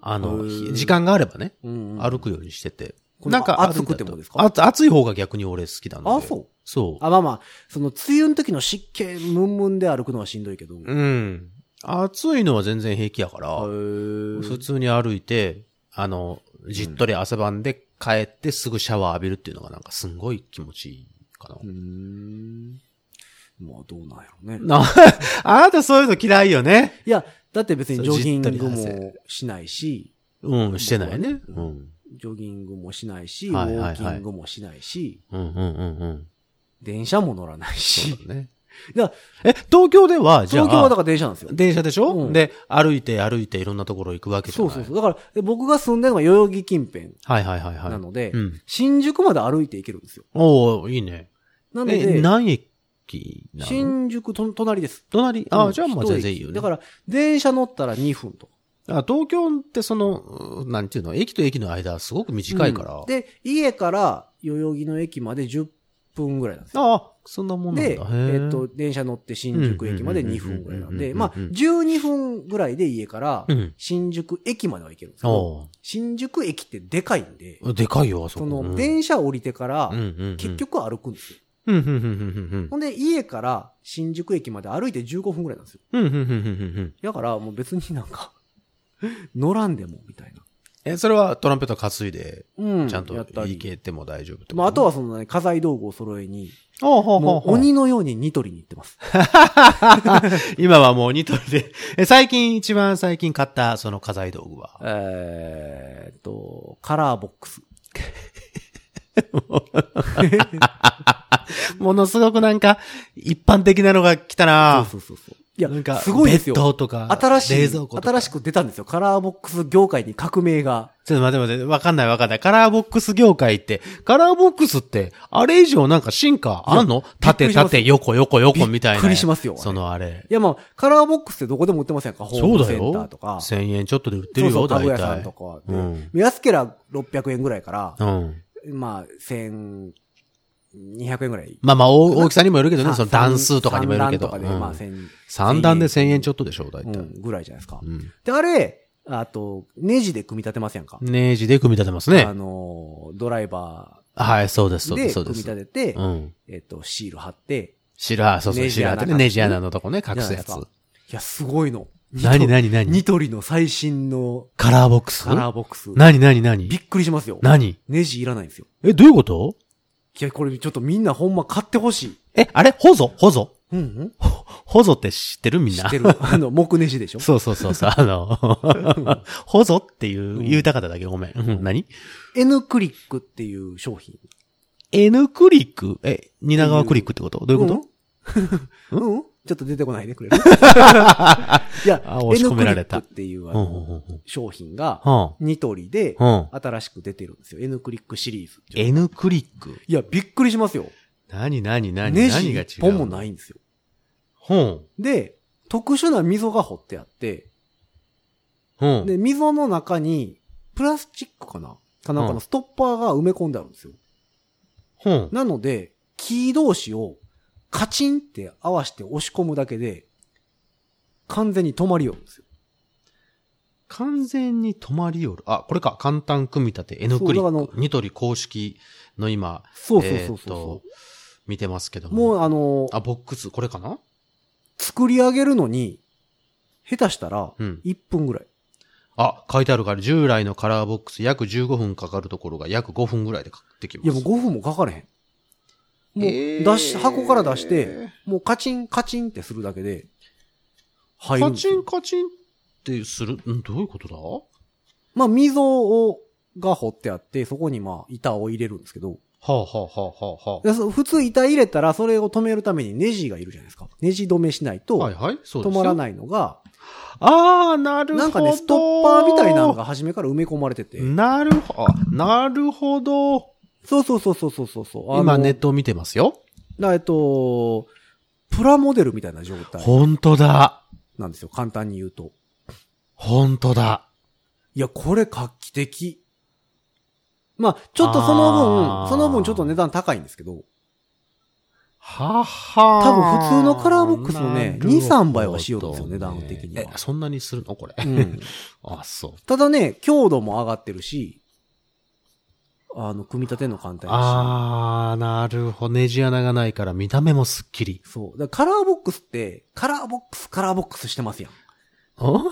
S3: あ
S2: へ
S3: の、
S2: ー
S3: 時間があればね、
S2: うん
S3: 歩くようにしてて。
S2: これ
S3: なんか
S2: 暑くてもですか
S3: あ暑い方が逆に俺好きなの
S2: あ、
S3: で。
S2: そう。
S3: そう。
S2: あ、まあまあ、その、梅雨の時の湿気、ムンムンで歩くのはしんどいけど。
S3: うん。暑いのは全然平気やから、普
S2: 普
S3: 通に歩いて、あの、じっとり汗ばんで帰ってすぐシャワー浴びるっていうのがなんかすんごい気持ちいいかな
S2: う。ーん。まあ、どうなんやろね。
S3: な あなたそういうの嫌いよね。
S2: いや、だって別にジョギング
S3: そうじっとり
S2: もしないし、
S3: うん、してないね。う
S2: 僕はね
S3: ん。
S2: ジョギングもしないし、ウ
S3: はいはいは
S2: ォ
S3: い
S2: ーキングもしないし、
S3: うんうんうんうん。
S2: 電車も乗らない
S3: そう
S2: し。
S3: だね。
S2: いや
S3: え、東京では、じゃあ、
S2: 東京はだから電車なんですよ。
S3: 電車でしょ、
S2: うん
S3: で、歩いて歩いていろんなところ行くわけじゃ
S2: そ
S3: な
S2: う
S3: い
S2: そうそう。だから、で僕が住んでるのが代々木近辺
S3: はいはいはいはい。
S2: なので、
S3: うん。
S2: 新宿まで歩いて行けるんですよ。
S3: おおいいね。
S2: なの
S3: え、
S2: で、
S3: 何駅なの
S2: 新宿と隣です。
S3: 隣あ
S2: う
S3: あ、
S2: ん
S3: じゃあまあ
S2: 一駅
S3: 全然いいよね。
S2: だから、電車乗ったら2分とか。
S3: あ東京ってその、うなんていうの、駅と駅の間すごく短いから。
S2: うんで、家から代々木の駅まで10分ぐらいなんですよ。
S3: ああ、そんなもんなんだ。
S2: で、え
S3: へ
S2: っ、
S3: ー
S2: と、、電車乗って新宿駅まで2分ぐらいなん
S3: う
S2: で、
S3: ん
S2: まあ、12分ぐらいで家から
S3: うん。
S2: 新宿駅までは行けるんですけど、
S3: お
S2: 新宿駅ってでかいんで、
S3: うでかいよ、あそこ。
S2: そ
S3: うん
S2: の、電車降りてから
S3: うん、うんうん、
S2: 結局歩くんですよ。
S3: うん、うん、うん、うん、
S2: ほんで、家から新宿駅まで歩いて15分ぐらいなんですよ。
S3: うん、うん、うん、うん、うんうん。
S2: だから、もう別になんか、 乗らんでも、みたいな。
S3: え、それはトランペット担いで、
S2: うん。
S3: ちゃんと
S2: やった
S3: 行
S2: り。
S3: けても大丈夫ってこと
S2: まあ、あとはそのね、家財道具を揃えに、
S3: おうほうほう
S2: もう
S3: ほう
S2: 鬼のようにニトリに行ってます。
S3: 今はもうニトリで。え、最近、一番最近買った、その家財道 具は。
S2: えーっと、カラーボックス。
S3: ものすごくなんか、一般的なのが来たな
S2: そうそうそうそう。いや、
S3: なんか、
S2: すごいです
S3: ベッ
S2: よ。
S3: ドとか、
S2: 新しい、
S3: 冷蔵庫とか。
S2: 新しく出たんですよ。カラーボックス業界に革命が。
S3: ちょっと待って待って、わかんないわかんない。カラーボックス業界って、カラーボックスって、あれ以上なんか進化あんの
S2: びっく
S3: 縦、
S2: りします
S3: 縦、横、横、横みたいな。
S2: びっくりしますよあれ
S3: そのあれ。
S2: いや、まあ、カラーボックスってどこでも売ってませんかホー
S3: そう
S2: ム
S3: だ
S2: セン
S3: よ。
S2: ターとか。
S3: 1000円ちょっとで売ってる
S2: そうそ
S3: よ、
S2: う家
S3: 大
S2: 具屋さん
S3: 体
S2: と。か
S3: う
S2: で。
S3: ん。
S2: 安けりゃ600円ぐらいから
S3: う、ん。
S2: まあ、1200円ぐらい。
S3: まあまあ、大大きさにもよるけどね、
S2: さ
S3: その段数とかにもよるけど。
S2: 三段とかで、まあ、
S3: うん
S2: 1000
S3: 三段で1000円ちょっとでしょ、大
S2: う
S3: 体。
S2: ん、ぐらいじゃないですか。
S3: うん。
S2: で、あれ、あと、ネジで組み立てませんか
S3: ネジで組み立てます
S2: あ
S3: ね。
S2: の、ドライバ
S3: はい、そうで
S2: ー
S3: す、そうで、
S2: です
S3: そう
S2: 組
S3: で
S2: み
S3: す。
S2: 立てて
S3: う、ん。
S2: えっと、シール貼って、
S3: シラー、そうそう、
S2: ネ
S3: シ
S2: ジ
S3: ラ
S2: 穴
S3: ーってね、
S2: 隠す
S3: ネジ穴のとこね、隠すやつ
S2: じゃ。ないですかいや、すごいの。
S3: 何何何
S2: ニトリの最新の
S3: カラーボックス
S2: カラーボックス。
S3: 何何何
S2: びっくりしますよ。
S3: 何
S2: ネジいらないんですよ。
S3: え、どういうこと
S2: いや、これちょっとみんなほんま買ってほしい。
S3: え、あれホゾホゾ
S2: うんうん。
S3: ホゾって知ってるみん
S2: 知
S3: な
S2: って。る。あ の、木ネジでしょ
S3: そうそうそうそう、あの、ホゾっていう、言うたかっただけごめん。うん、何
S2: ?N クリックっていう商品。
S3: ?N クリックえ、蜷川クリックってことどういうこと
S2: うんうんちょっと出てこないでくれるいや、
S3: あ押し
S2: N
S3: 込め
S2: クリ
S3: られ
S2: ッ
S3: た
S2: クっていうあ
S3: うんうんうん
S2: の
S3: うん
S2: 商品が、
S3: は
S2: ニトリで
S3: あ、うん。
S2: 新しく出てるんですよ。N クリックシリーズ。
S3: N クリック
S2: いや、びっくりしますよ。
S3: 何何何
S2: ネジ
S3: 何が違う。
S2: 一本もないいんですよ。
S3: ほん。
S2: で、特殊な溝が掘ってあって、
S3: ほん。
S2: で、溝の中に、プラスチックかなかなんか
S3: うん
S2: のストッパーが埋め込んであるんですよ。
S3: ほん。
S2: なので、キー同士をカチンって合わせて押し込むだけで、完全に止まりよるんですよ。
S3: 完全に止まりよる。あ、これか。簡単組み立て N クリ
S2: そうだ
S3: ッ
S2: か
S3: ク。ニトリ公式の今、
S2: そうそう
S3: え
S2: そ
S3: ー
S2: う
S3: っ
S2: そ
S3: と、見てますけど
S2: う。も
S3: も。
S2: うあの、
S3: あ、ボックス、これかな
S2: 作り上げるのに、下手したら、
S3: うん。
S2: 1分ぐらい。
S3: あ、書いてあるから、従来のカラーボックス約15分かかるところが約5分ぐらいで買ってきます。
S2: いや、もう5分もかからへん。もう、
S3: えー
S2: 出し、箱から出して、もうカチンカチンってするだけで、入るん
S3: カ
S2: です
S3: チ
S2: よ
S3: ンカチンってする、んどういうことだは
S2: まあ、溝を、が掘ってあって、そこにまあ、板を入れるんですけど、
S3: あ、はあはあはあは
S2: でそう普通板入れたら、それを止めるためにネジがいるじゃないですか。ネジ止めしない
S3: あ、
S2: と、
S3: はいはい、そうで
S2: 止
S3: す
S2: まら
S3: い。
S2: ないのが、
S3: ああ、なるほど。
S2: なんかね、ストッパーみたいなのが。初めから埋め込まれてて。
S3: なるほど。あなるほど。
S2: そうそうそうそうそうそう。あの
S3: 今ネッ。トを見てますよ。
S2: だからえっと、プラモデルみたいな状態
S3: 本当だ。
S2: なんですよ。簡単に言うと。
S3: 本当だ。
S2: いや、これ画期的。まあ、ちょっとその
S3: あー
S2: 分、その分ちょっと値段高いんですけど、
S3: はっは
S2: 多分普通のカラーボックスのね2 3倍はしようとですよ値段的には
S3: え、そんなにするのこれ。
S2: うん、
S3: あ、そう。
S2: ただね、強度も上がってるし、あの、組み立ての簡単や
S3: あー、なるほど。ネジ穴がないから見た目もスッ キリ。
S2: し。そう。だからカラーボックスって、カラーボックス、カラーボックスしてますやん。わ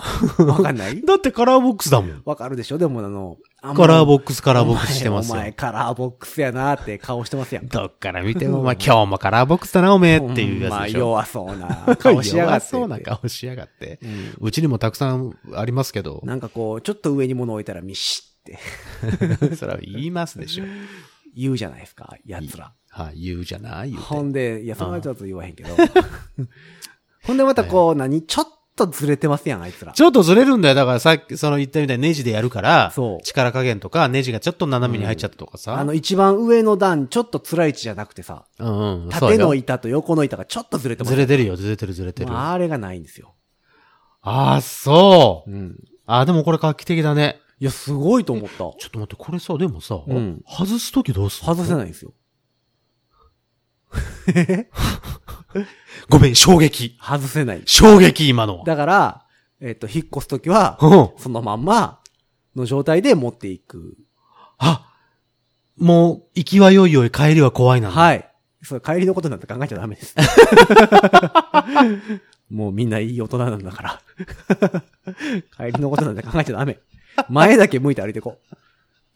S2: かん ない
S3: だってカラーボックスだもん。
S2: わかるでしょでもあの、あんま
S3: カラーボックス、カラーボックスしてます
S2: お前お
S3: よ
S2: 前。カラーボックスやなって顔してますやん。
S3: どっから見ても、お前今日もカラーボックスだな、おめえっていうやつでしょ。
S2: ほんま弱そうな顔しやがって。
S3: そうな顔しやがって。
S2: うん
S3: うちにもたくさんありますけど、
S2: なんかこう、ちょっと上に物置いたらミシって
S3: それは言いますでしょ。
S2: 言うじゃないですか、奴ら。
S3: はい、言うじゃない言う
S2: ほ
S3: て。
S2: んで、いや、そんなちょっと言わへんけど。ほんでまたこう、何ちょっとずれてますやん、あいつら。
S3: ちょっとずれるんだよ。だからさっき、その言ったみたいにネジでやるから、
S2: そう
S3: 力加減とか、ネジがちょっと斜めに入っちゃったとかさ。
S2: あの、一番上の段、ちょっと辛い位置じゃなくてさ、
S3: うんうん、そう
S2: 縦
S3: よ
S2: の板と横の板がちょっとずれてます。
S3: ずれてるよ、ずれてるずれてる。
S2: まあ、あれがないんですよ。
S3: ああ、そう。
S2: うん。
S3: ああ、でもこれ画期的だね。
S2: いや、すごいと思った。
S3: ちょっと待って、これさ、でもさ、
S2: うん
S3: 外すときどうする
S2: 外せないんですよ。
S3: ごめん、衝撃。
S2: 外せない。
S3: 衝撃、今のは。
S2: だから、えっと、引っ越すときは、
S3: うん。
S2: そのまんまの状態で持っていく。
S3: あ、もう、行きは良いよい、帰りは怖いなの。
S2: はい。そう、帰りのことなんて考えちゃダメ です。もうみんないい大人なんだから。帰りのことなんて考えちゃダメ。前だけ向いて歩いてこう。うん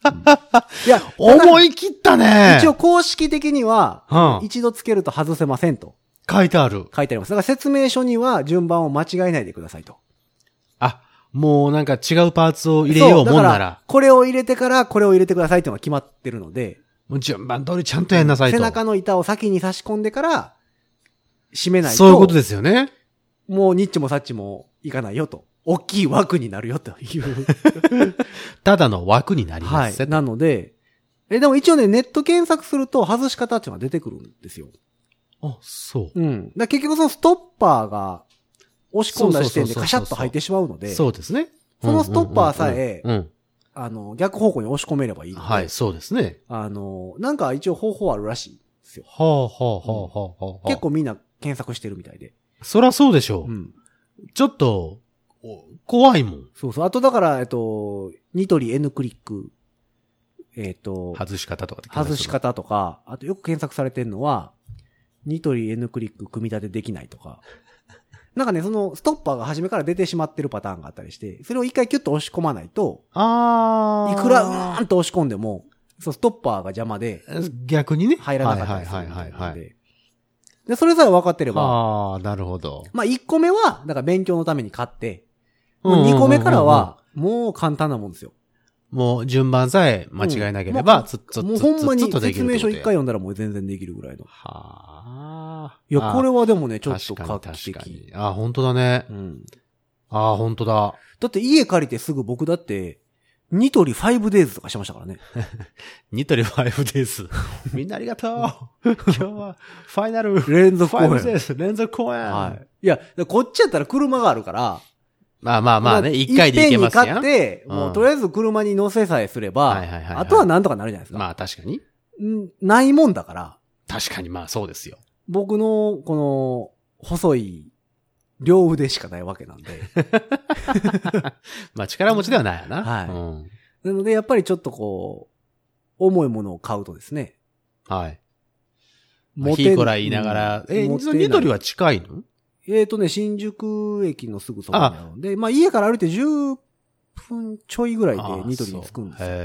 S2: いや、
S3: 思い切ったね
S2: 一応公式的には、
S3: うん
S2: 一度つけると外せませんと
S3: 書いてある。
S2: 書いてあります。だから説明書には順番を間違えないでくださいと。
S3: あ、もうなんか違うパーツを入れ
S2: そ
S3: ようもん
S2: だ
S3: な、
S2: からこれを入れてからこれを入れてくださいっていうのが決まってるので、
S3: もう順番通りちゃんとやんなさいと。
S2: 背中の板を先に差し込んでから、締めないと。
S3: そういうことですよね。
S2: もうニッチもサッチもいかないよと。大きい枠になるよと いう。
S3: ただの枠になりま
S2: は
S3: す。
S2: い。なので、え、でも一応ね、ネット検索すると外し方っていうのが出てくるんですよ。
S3: あ、そう。
S2: うん。だから結局そのストッパーが押し込んだ時点で
S3: そうそうそうそう
S2: カシャッと入ってしまうので、
S3: そうですね。
S2: そのストッパーさえ
S3: うんうんうんうん。
S2: あの、逆方向に押し込めればいいので、
S3: はい、そうですね。
S2: あの、なんか一応方法あるらしいんですよ。
S3: はあ、はあ、はあ、はあ、はあ。
S2: 結。構みんな検索してるみたいで。
S3: そらそうでしょ
S2: う
S3: う。
S2: ん。
S3: ちょっと、お怖いもん。
S2: そうそう。あとだから、えっと、ニトリ N クリック、えっと、
S3: 外し方とかで
S2: 外し。方とか、あとよく検索されてるのは、ニトリ N クリック組み立てできないと か。なんかね、そのストッパーが初めから出てしまってるパターンがあったりして、それを一回キュッと押し込まないと、
S3: あー。
S2: いくらうーんと押し込んでも、そう、ストッパーが邪魔で
S3: 逆にね。
S2: 入らなかった
S3: は
S2: り
S3: い
S2: する
S3: はい
S2: みた
S3: はいい
S2: な
S3: は
S2: の
S3: いはい。
S2: で。で、それさえ分かってれば、
S3: あー、なるほど。
S2: まあ1個目は、だから勉強のために買って、
S3: うんうんうんうん
S2: 2個目からは、もう簡単なもんですよ。
S3: もう順番さえ間違えなければ、つっつっつっ
S2: もう
S3: つっつっ
S2: ほんまに
S3: とでき
S2: 説
S3: る
S2: 明
S3: ってことや
S2: 書一回。読んだらもう全然できるぐらいの。
S3: はあ。
S2: いや、これ
S3: は
S2: はでもね、ちょっと画期
S3: 確かに
S2: 的。。
S3: あー、本当だね。
S2: うん。
S3: あー、本当だ。
S2: だって家借りてすぐ僕だって、ニトリ 5days とかしてましたからね。
S3: ニトリファイブです。 みんなありが とう。今日は、ファイナル。フ
S2: 連続公
S3: ァイブ
S2: 演。
S3: です。連続公演。
S2: はい。いや、こっちやったら車があるから。
S3: まあまあまあね、一回で
S2: いっぺ
S3: いけ
S2: んに
S3: ます
S2: 買
S3: や
S2: っ
S3: ん。
S2: て、
S3: うん
S2: もうとりあえず車に乗せさえすれば
S3: はいはいはいはい、
S2: あとはなんとかなるじゃないですか。
S3: まあ確かに。
S2: んないもんだから、
S3: 確かにまあそうですよ。
S2: 僕のこの、細い、両腕しかないわけなん で。
S3: まあ力持ちではないやな。
S2: はい
S3: うん
S2: なので、やっぱりちょっとこう、重いものを買うとですね。
S3: はい。
S2: 持て
S3: ひいこら言いながら、
S2: うん
S3: え、
S2: 持てない
S3: ニトリは近いの
S2: えーとね、新宿駅のすぐそばにあるんで、まあ家から歩いて10分ちょいぐらいで
S3: ああ
S2: ニトリに着くんです
S3: そう
S2: よ。
S3: へ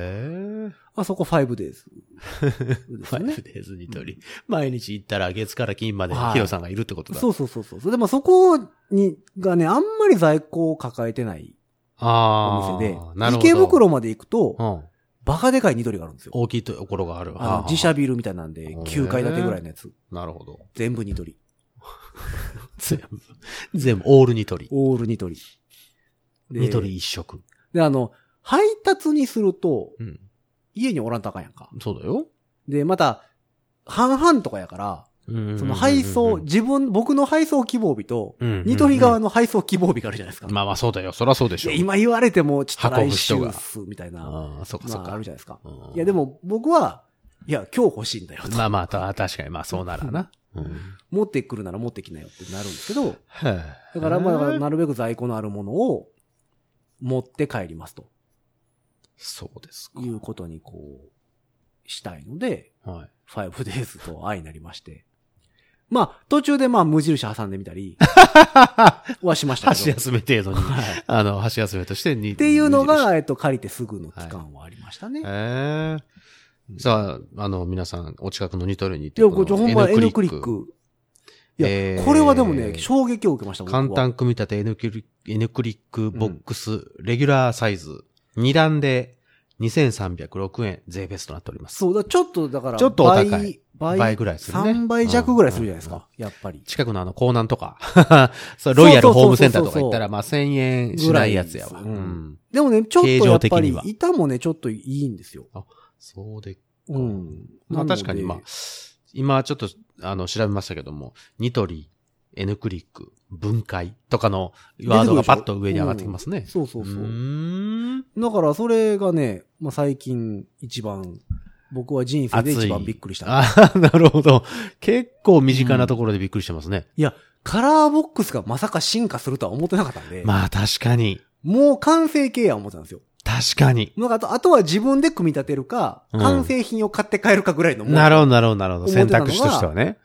S3: え。
S2: あそこ 5days です
S3: フ
S2: よ
S3: ァイ
S2: ね
S3: ブ。デイズニトリ。毎日行ったら月から金まで
S2: はい
S3: ヒロさんがいるってことだ。
S2: そうそうそうそう。でもそこに、がね、あんまり在庫を抱えてない
S3: あ
S2: お
S3: あ。
S2: 店で、
S3: なるほど。
S2: 池袋まで行くと
S3: う、ん。
S2: バカでかいニトリがあるんですよ。
S3: 大きいところがある。
S2: あの、自
S3: は
S2: 社ビルみたいなんで、
S3: へえ
S2: 9階建てぐらいのやつ。
S3: あ。なる ほど。
S2: 全部ニトリ。
S3: 全部。全部、オールニトリ。
S2: オールニトリ。で
S3: ニトリ一色。
S2: で、あの、配達にすると、
S3: うん。
S2: 家におらんとあかんやんか。
S3: そうだよ。
S2: で、また、半々とかやから、その配送、自分、僕の配送希望日と、ニトリ側の配送希望日があるじゃないですか。
S3: まあまあそうだよ。そりゃそうでし
S2: い
S3: ょ。
S2: や今言われても、ちょっと
S3: 運
S2: 来
S3: ぶ
S2: 週
S3: 人が
S2: っす、みたいな、
S3: ああ、そうか
S2: ま
S3: そう
S2: あ、あ
S3: か
S2: る。じゃないですか。
S3: うん
S2: いや、でも僕は、いや、今日欲しいんだよと。
S3: まあまあ、た確かに、まあそうなら な。うん
S2: 持ってくるなら持ってきなよってなるんですけど、だ
S3: だ
S2: から、まあだから、なるべく在庫のあるものを持って帰りますと
S3: そうですか
S2: い。うことにこう、したいので、
S3: はい。
S2: 5days と相なりまして。まあ、途中でまあ無印挟んでみた りはしましたけ
S3: 箸
S2: ど。
S3: 休め程度に、
S2: はい。っ
S3: あの、箸休めとしてに。って
S2: いうの、が、えっと、借りてすぐの期間はありましたね。
S3: ええ。さあ、あの、皆さん、お近くのニトリに
S2: い
S3: 行って
S2: や、これ、ほんま N クリッ。
S3: この
S2: ク。いや、
S3: えー
S2: これはでもね、衝撃を受けました、僕は
S3: 簡単組み立て N クリ N クリックボックスレギュラーサイズ2段で2306円税別となっております。
S2: そうだ、ちょっとだから、
S3: ちょっとお高い
S2: 倍、
S3: 倍ぐらいするね
S2: 3倍弱ぐらいするじゃないですか、やっぱり。
S3: 近くのあの、港南とか、 そうロイヤルホームセンターとか行ったら、
S2: そうそうそうそう
S3: まあ、1000円しないやつやわ。
S2: ぐらいですよ
S3: うん
S2: でもね、ちょっとやっぱ
S3: 形状的に
S2: り
S3: は、
S2: 板もね、ちょっといいんですよ。
S3: そうで、
S2: うん。
S3: まあ確かにまあ
S2: なので、
S3: 今ちょっと、あの、調べましたけども、ニトリ、N クリック、分解とかのワードがパッと上に上がってきますね。
S2: そうそうそうう。
S3: ーん
S2: だから、それがね、まあ最近一番、僕は人生で一番びっくりした。
S3: あ あ、なるほど。結構身近なところでびっくりしてますね。
S2: いや、カラーボックスがまさか進化するとは思ってなかったんで、
S3: まあ確かに。
S2: もう完成形や思ってたんですよ。
S3: 確かに。
S2: なんかあと、あとは自分で組み立てるか、
S3: うん
S2: 完成品を買って帰るかぐらいのもん
S3: なるほど、なるほど、なるほど。
S2: 思ってたの
S3: 選
S2: が
S3: 択肢としてはね。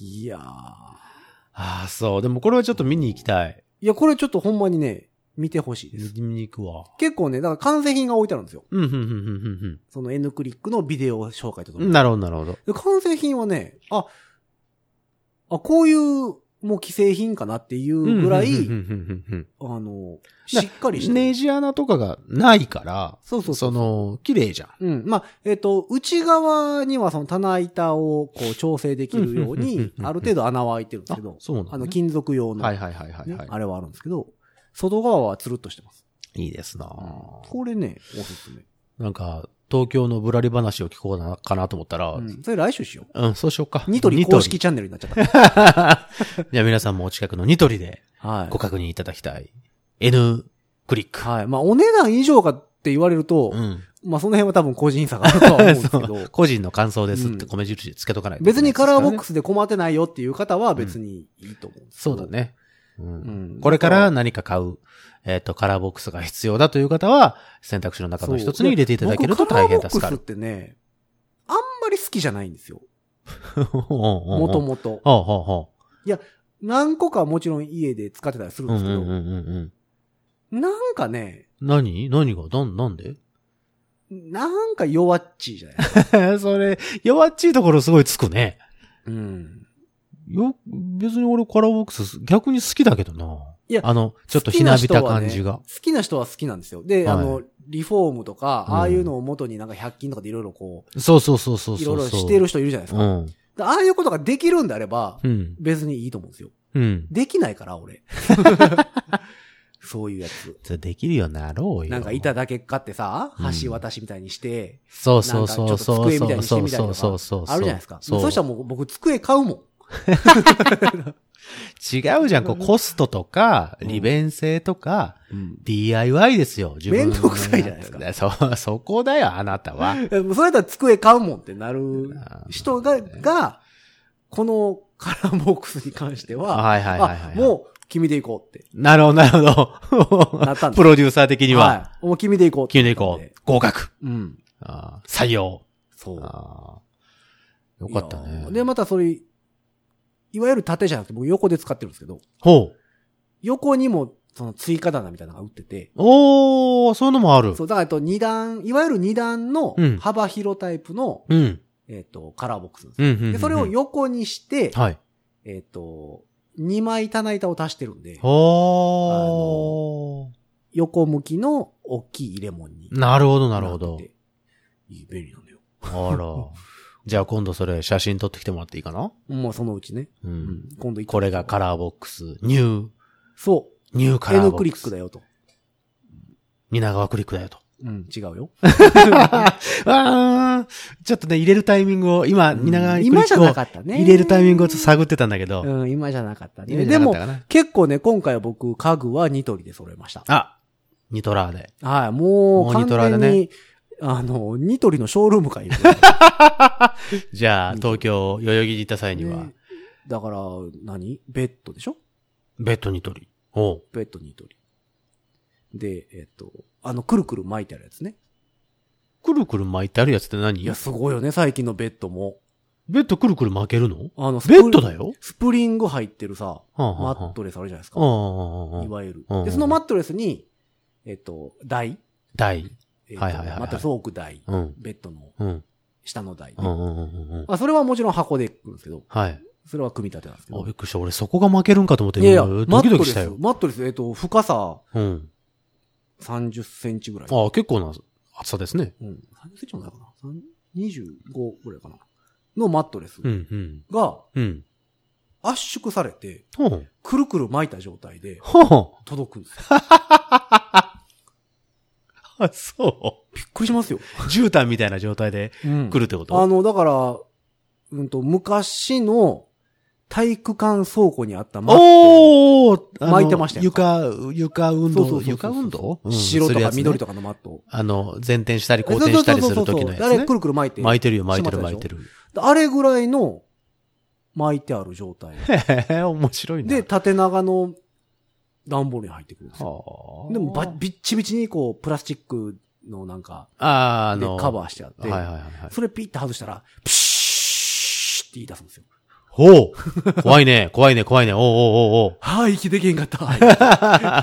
S2: いやー。
S3: ああ、そう。でもこれはちょっと見に行きたい。
S2: いや、これちょっとほんまにね、見てほしいです。
S3: 見に行くわ。
S2: 結構ね、だから完成品が置いてあるんですよ。
S3: うん、うん、うん、うん、
S2: その N クリックのビデオ紹介とと
S3: う
S2: も
S3: ん。
S2: に。
S3: なるほど、なるほど。
S2: で完成品はね、あ、あ、こういう、もう既製品かなっていうぐらい、
S3: うんうんうんうんうん
S2: あの、しっかりしてる。
S3: ネジ穴とかがないから、
S2: そうそうそう。
S3: その、綺麗じゃん。
S2: うん。まあ、えっ、と、内側にはその棚板をこう調整できるよう
S3: うんうんうん
S2: に
S3: う、んうん
S2: ある程度穴は開いてるんですけど、
S3: そうなんだ、ね。
S2: あの、金属用の、
S3: はいはいはいはい、
S2: ね
S3: は
S2: あれはあるんですけど、外側はつるっとしてます。
S3: い。いいですなぁ
S2: これね、おすすめ。
S3: なんか、東京のぶらり話を聞こうなかなと思ったら、う、
S2: うんん。それ来週しよう。
S3: そうしようか。
S2: ニトリ公 式チャンネルになっちゃった。
S3: じゃあ皆さんもお近くのニトリで
S2: はい
S3: ご。確認いただきたい。N クリック。
S2: はい。まあ、お値段以上かって言われると、
S3: うん。
S2: まあ、その辺は多分個人差があるとは思うんですけ
S3: そ
S2: ど
S3: う、個人の感想ですっ
S2: う
S3: て
S2: ん
S3: 米印つけとかないといけな
S2: 別
S3: いで
S2: に
S3: すか
S2: カ
S3: らね、
S2: ラーボックスで困ってないよっていう方は別にいいと思うんですけ
S3: そ
S2: ど
S3: うだ。ね。うん
S2: うん
S3: これから何か買う、えっ、と、カラーボックスが必要だという方は、選択肢の中の一つに入れていただけると大変助かる
S2: 僕。カラーボックスってね、あんまり好きじゃないんですよ。も
S3: も
S2: ともと。
S3: ほうほうほ
S2: 何個かはもちろん家で使ってたりする
S3: う。
S2: ん
S3: うん
S2: で
S3: う
S2: す
S3: んう
S2: けど、
S3: んうんうん。
S2: なんかね、
S3: 何何がどん、なんで
S2: なんか弱っちいじゃないですか。
S3: それ、弱っちいところすごいつくね。
S2: うん。
S3: よ、別に俺カラーボックス逆に好きだけどな。
S2: いや
S3: あの、ちょっとひなびた感じが
S2: 好。きな人は好きなんですよ。で、
S3: はい
S2: あの、リフォームとか、
S3: うん
S2: ああいうのを元になんか100均とかでいろいろこ、
S3: そうそうそうそううそう。
S2: いろいろしてる人いるじゃないです
S3: う
S2: か。
S3: ん。
S2: でああいうことができるんであれば、
S3: うん。
S2: 別にいいと思うんですよ。
S3: うん。
S2: できないから、 俺。そういうやつ。
S3: それできるようになろうよ。
S2: なんか板だけ買ってさ
S3: うん、
S2: 橋渡しみたいにして、
S3: そうそうそう
S2: なんかちょ
S3: そ
S2: っと
S3: う
S2: 机み
S3: そ
S2: たいうにして
S3: そ
S2: みた
S3: う
S2: り
S3: そ
S2: と
S3: う
S2: か
S3: そうそう。
S2: あるじゃないですか。
S3: そ
S2: そうしたらもう僕机買うもん。
S3: 違うじゃん。こう、コストとか、
S2: うん
S3: 利便性とか、DIY ですよ。自分
S2: 面
S3: の
S2: 倒くさいじゃないですか
S3: そう、そこだよ、あなたは。
S2: え もうそれやったら机買うもんってなる
S3: あー
S2: 人が、が、このカラーボックスに関しては、
S3: はいはいはいはい
S2: あ、。もう君で行こうって。
S3: なるほど、な るほ
S2: なったんだ
S3: ど。プロデューサー的には、
S2: い。もう君で行こうって
S3: 決めていこう。合格。
S2: うん。
S3: あー採用。
S2: そう。
S3: あーよかった
S2: いや
S3: ね。
S2: ーで、またそれ、いわゆる縦じゃなくて僕横で使ってるんですけど、
S3: ほう。
S2: 横にもその追加棚みたいなのが売ってて、
S3: おー、そういうのもある。
S2: そう、だからえっと二段、いわゆる二段の
S3: うん
S2: 幅広タイプの、
S3: うん。
S2: えっと、カラーボックスなんです
S3: うん
S2: よ。
S3: うんうん。
S2: で、それを横にして、
S3: はい。
S2: えっと、二枚棚板を足してるんで、
S3: おー。
S2: 横向きの大きい入れ物に。
S3: なるほど、なるほど
S2: って。て。いい、便利なんだよ。
S3: あら。 じゃあ今度それ写真撮ってきてもらっていいかな
S2: まあ、そのうちね。
S3: う。
S2: うんん。今度行く
S3: これがカラーボックス、ニュー、
S2: そ
S3: ニュー
S2: う。
S3: カラー
S2: N
S3: ボ
S2: ク
S3: ッ
S2: リ
S3: ク
S2: ック
S3: ス。
S2: だよと。
S3: 皆川クリックだよと。
S2: うん、違うよ。
S3: あーちょっとね、入れるタイミングを、今、皆川にクリ
S2: 今じ
S3: ッ
S2: ゃ
S3: クを
S2: なかったね。
S3: 入れるタイミングをちょっと探ってたんだけど、
S2: うん、今じゃなかった
S3: 入れ
S2: ね。
S3: て
S2: で
S3: なかっ
S2: も
S3: たかな、
S2: 結構ね、今回は僕、家具はニトリで揃えました。
S3: あ、ニトラーで。
S2: はい、もう
S3: もうニ
S2: 完
S3: トラだ
S2: 全
S3: ね
S2: に、あの、ニトリのショールームかいる、
S3: じゃあ、東京、代々木に行った際に は、
S2: ねだから、何ベッドでしょ
S3: ベッドニトリ。おう
S2: ベッドニトリ。で、えっと、あの、くるくる巻いてあるやつね。
S3: くるくる巻いてあるやつって何
S2: いや、すごいよね、最近のベッドも。
S3: ベッドくるくる巻けるの
S2: あの、スプ
S3: ベ
S2: リ
S3: ッドだよ
S2: スプリング入ってるさ、
S3: はあは
S2: マ
S3: あは
S2: ットレスあるじゃないです
S3: あ
S2: か。
S3: うんうんうん
S2: い
S3: うん。
S2: わゆ
S3: う
S2: る。
S3: ん
S2: で、そのマットレスに、えっと、台。
S3: 台。
S2: えっと
S3: はいはいはいはい
S2: マットレスを置く台。
S3: うん。
S2: ベッドの
S3: うん。
S2: 下の台ね。
S3: うんうんうんうんうん。
S2: あ、それはもちろん箱で来るんですけど、
S3: はい。
S2: それは組み立てなんですけ
S3: あ、
S2: ど
S3: びっ。くりした。俺そこが負けるんかと思って、
S2: いやいや、マ
S3: ドキ
S2: ッ
S3: ド
S2: ト
S3: キ
S2: レ
S3: した
S2: ス
S3: よ、。
S2: マットレス、えっと、深さ
S3: うん。
S2: 30センチぐらい。
S3: あ結構な厚さですね。
S2: うん。30センチもないかな。三25ぐらいかな。のマットレス
S3: うんうん。
S2: が
S3: うん。
S2: 圧縮されて、
S3: ほう。
S2: くるくる巻いた状態で
S3: ほう。
S2: 届くんです よ。
S3: あ、そ
S2: びっくりしますよ。
S3: う。絨毯みたいな状態で
S2: うん
S3: 来るってこと、
S2: あの、だから、うんと、昔の体育館倉庫にあったマット
S3: おーあの
S2: 巻いてましたよ
S3: 床、床運
S2: そうそうそう
S3: 動。
S2: そう
S3: 床運動
S2: を。白とか緑
S3: か。
S2: とかのマットを。
S3: あの、前転したり後転したりする時のや
S2: あ
S3: つ
S2: れ
S3: ね
S2: く。るくる巻いて。
S3: 巻いてるよ、巻いてる、
S2: 閉ま
S3: 巻
S2: っ
S3: いて
S2: てた
S3: る。
S2: あれぐらいの巻いてある状態。
S3: へへ、面白いな。
S2: で、、縦長の段ボールに入ってくるんですよ。
S3: はあ、
S2: でもば、びっちびちにこう、プラスチックのなんか、
S3: あーあ
S2: で
S3: の、
S2: カバーしてあって、
S3: はいはいはいはい。
S2: それピッて外したら、プシューって言い出すん ですよ。
S3: ほう怖いね、怖いね、怖いね、おうおうおうおう
S2: はぁ、息できへんかった。 は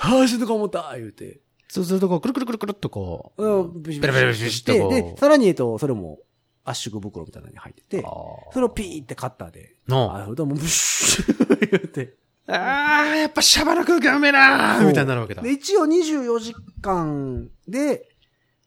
S2: ぁ、死ぬか思った。言うて。
S3: そうするとこう、くるくるくるくるっとこう、
S2: うん、ビシ
S3: ペラペラペラペラ
S2: で
S3: ペラ
S2: で、さらに、えっと、それも圧縮袋みたいなのに入ってて、そ
S3: あ
S2: れをピーってカッターで、あ、
S3: の、
S2: それともうブシュー言うて。
S3: あー、やっぱシャバの空間うめえな
S2: そ
S3: ー
S2: う
S3: みたいになるわけだ
S2: で、。一応24時間で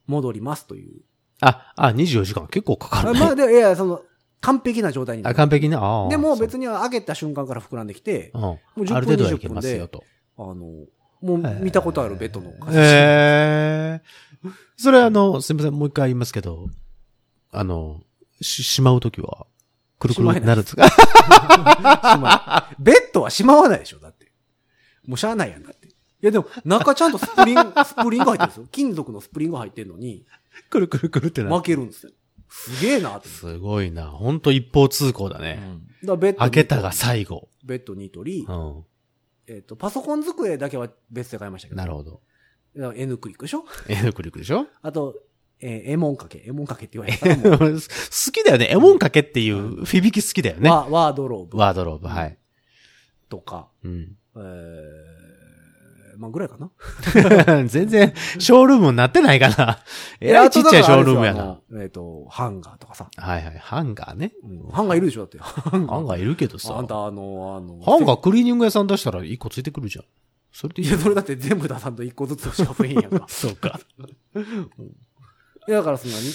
S2: 戻りますという。
S3: あ、あ、24時間結構かか
S2: あ
S3: るね。
S2: まあ、で、いやいや、その、完璧な状態にな
S3: あ、
S2: る。
S3: 完璧ね。ああ。
S2: でも
S3: に。
S2: 別に開けた瞬間から膨らんできて、
S3: うん。
S2: もう
S3: あ
S2: 10
S3: る
S2: 分
S3: 程度はい
S2: 20
S3: け
S2: 分
S3: ますよ、
S2: で、
S3: と。
S2: あの、もう見たことあるベッドの形。
S3: ええそれあの、すみません、もう一回言いますけど、あの、し、しまうときは、くるくるになるんですか
S2: しまうベッドはしまわないでしょ、だって。もうしゃあないやんだって。いやでも、中ちゃんとス プリン、スプリング入ってるんですよ。金属のスプリング入ってるのに、
S3: くるくるくるってなる
S2: 負。けるんですよ。すげえなって。
S3: すごいな。ほんと一方通行だ
S2: だ
S3: ね。
S2: からベッド
S3: 開
S2: に
S3: けたが最後。
S2: ベッドに取り
S3: う、ん。
S2: えっ、と、パソコン机だけは別で買いましたけど。
S3: なるほど。
S2: だから N クリックでしょ
S3: えのくるくるでしょ
S2: あと、えー、エモンかけ。エモンかけって言わ れたらもう
S3: 俺好きだよね。絵文かけっていう、響き好きだよね。
S2: ワワードローブ
S3: ワードローブ、はい。
S2: とか、
S3: うん。
S2: えー、まあぐらいかな。
S3: 全然、ショールームになってない かな。えらいちっちゃいショールームや
S2: あ
S3: な
S2: と。だからあれですよ。あのえっ、と、ハンガーとかさ。
S3: はいはい。ハンガーね。
S2: うんハンガーいるでしょだって。ハンガー。
S3: ハンガーいるけどさ。
S2: あんた、あの、あの、
S3: ハンガークリーニング屋さん出したら一個ついてくるじゃん。それでいい
S2: い
S3: じゃ
S2: や、
S3: ん。
S2: それだって全部 出さんと一個ずつしか増えへんやんか
S3: そうか。
S2: いやだからその何い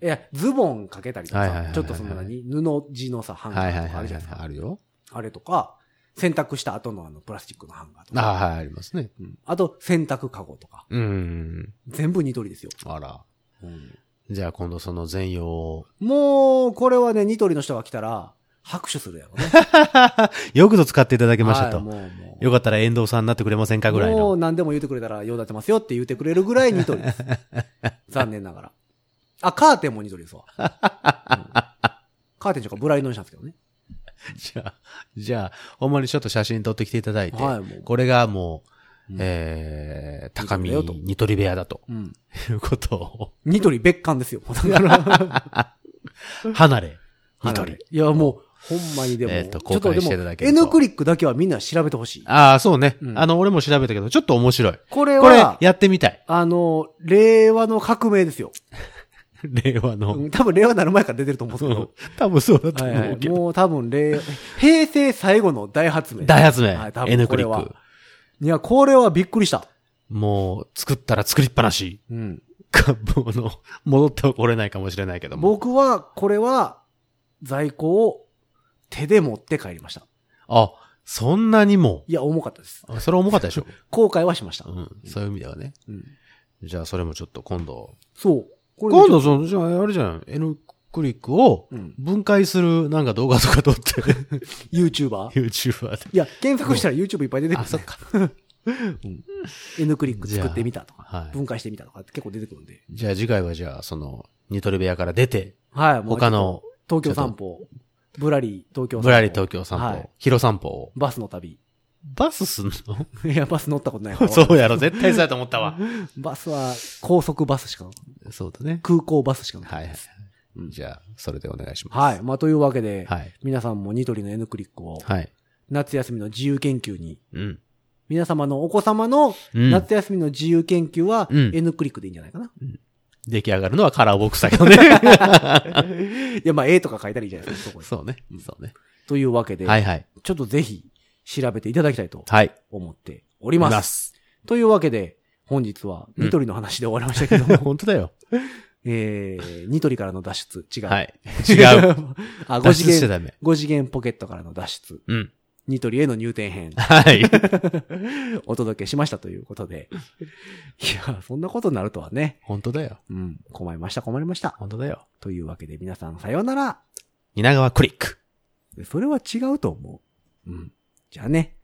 S2: や、ズボンかけたりと
S3: はいはいは
S2: か
S3: いは、い
S2: ちょっとその何布地のさ、ハン
S3: は
S2: ガ
S3: いは
S2: ー
S3: い
S2: とかあ
S3: は
S2: る
S3: い
S2: じゃない
S3: はい
S2: です。か。
S3: あるよ。
S2: あれとか、洗濯した後のあの、プラスチックのハンガーとか。
S3: あはい、ありますね。
S2: うんあと、洗濯カゴとか。
S3: うーん。
S2: 全部ニトリですよ。
S3: あら。じゃあ今度その全容を。
S2: もう、これはね、ニトリの人が来たら、拍手するや ろね。
S3: よくぞ使っていただきました
S2: はいも
S3: と。
S2: う、もう。
S3: よかったら遠藤さんになってくれませんかぐらい
S2: もう
S3: の。
S2: 何でも言ってくれたら、ようだってますよって言ってくれるぐらいニトリ です。残念ながら。あ、カーテンもニトリです わ。うんカーテンとかブラインドにしたんですけどね。
S3: じゃあ、じゃあ、ほんまにちょっと写真撮ってきていただいて。
S2: はいもう
S3: これがもう、
S2: うん
S3: えー、高見
S2: ニトリだよと
S3: ニトリ部屋だと。
S2: うん。
S3: いうことを。
S2: ニトリ別館ですよ。だから
S3: 離れ。ニトリ。。
S2: いや、も う、ほんまにでも、
S3: えーと
S2: ちょっと
S3: 公開
S2: で
S3: し
S2: も
S3: ていただ、けると
S2: N クリックだけはみんな調べてほしい。
S3: ああ、そうね。
S2: うん
S3: あの、俺も調べたけど、ちょっと面白い。
S2: これ
S3: これ
S2: は、、
S3: やってみたい。
S2: あの、令和の革命ですよ。
S3: 令和の。
S2: うん多分令和になる前から出てると思うんですけど。
S3: 多分そうだと
S2: はいは
S3: 思う
S2: い、
S3: けど。
S2: もう多分令、平成最後の大発明。
S3: 大発明
S2: はい多。分
S3: N クリ
S2: これ
S3: ック
S2: は。いや、これはびっくりした。
S3: もう、作ったら作りっぱなし。
S2: うん。
S3: か、もうあの、戻ってはこれないかもしれないけども。
S2: 僕は、これは、在庫を手で持って帰りました。
S3: あ、そんなにも。
S2: いや、重かったです。
S3: あそれ重かったでしょ。
S2: 後悔はしました。
S3: うん。そういう意味ではね。
S2: うん
S3: じゃあそれもちょっと今度。
S2: そう。これね
S3: 今度その、じゃああれじゃん。N クリックを
S2: うん
S3: 分解するなんか動画とか撮って、
S2: YouTuber?
S3: YouTuber で。
S2: いや、検索したら YouTube いっぱい出てくる、ね。
S3: あ、そっか。
S2: N クリック作ってみたとか、
S3: じゃあはい
S2: 分解してみたとかって結構出てくるんで。
S3: じゃあ次回はじゃあその、ニトリ部屋から出て、
S2: はい、もう
S3: 他の、
S2: 東京散歩、ぶらり東京散歩。
S3: ぶらり東京散歩、
S2: はい
S3: 広散歩を。
S2: バスの旅。
S3: バスすんの
S2: いや、バス乗ったことないから
S3: そうやろ、絶対そうやと思ったわ。
S2: バスは高速バスしか、
S3: そうだね。
S2: 空港バスしかない。
S3: はいはい。じゃあ、それでお願いしま
S2: は
S3: す。
S2: い。まあ、というわけで、
S3: はい。
S2: 皆さんもニトリの N クリックを、
S3: はい。
S2: 夏休みの自由研究に、
S3: うん。
S2: 皆様のお子様の
S3: うん。
S2: 夏休みの自由研究は
S3: うん
S2: N クリックでいいんじゃないかな。
S3: 出来上がるのはカラーボックスだけど ね。
S2: いや、まあ、絵とか描いたらいいじゃないですか、そこに
S3: そうね。そうね。
S2: というわけで、
S3: はいはい。
S2: ちょっとぜひ調べていただきたいと
S3: はい。
S2: 思っております。
S3: す。
S2: というわけで、本日はニトリの話で終わりましたけど も、
S3: 本当だよ。
S2: えー、ニトリからの脱出、違う。
S3: はい。違 う。。
S2: あ、5
S3: 脱出
S2: 次
S3: しちゃ
S2: 元、
S3: ダメ。
S2: 5次元ポケットからの脱出、
S3: うん。
S2: ニトリへの入店編、
S3: はい。
S2: お届けしましたということで。いや、そんなことになるとはね。
S3: 本当だよ。
S2: うん、困りました、困りました。
S3: 本当だよ。
S2: というわけで皆さんさようなら。
S3: 蜷川クリック。
S2: それは違うと思う。うん。じゃあね。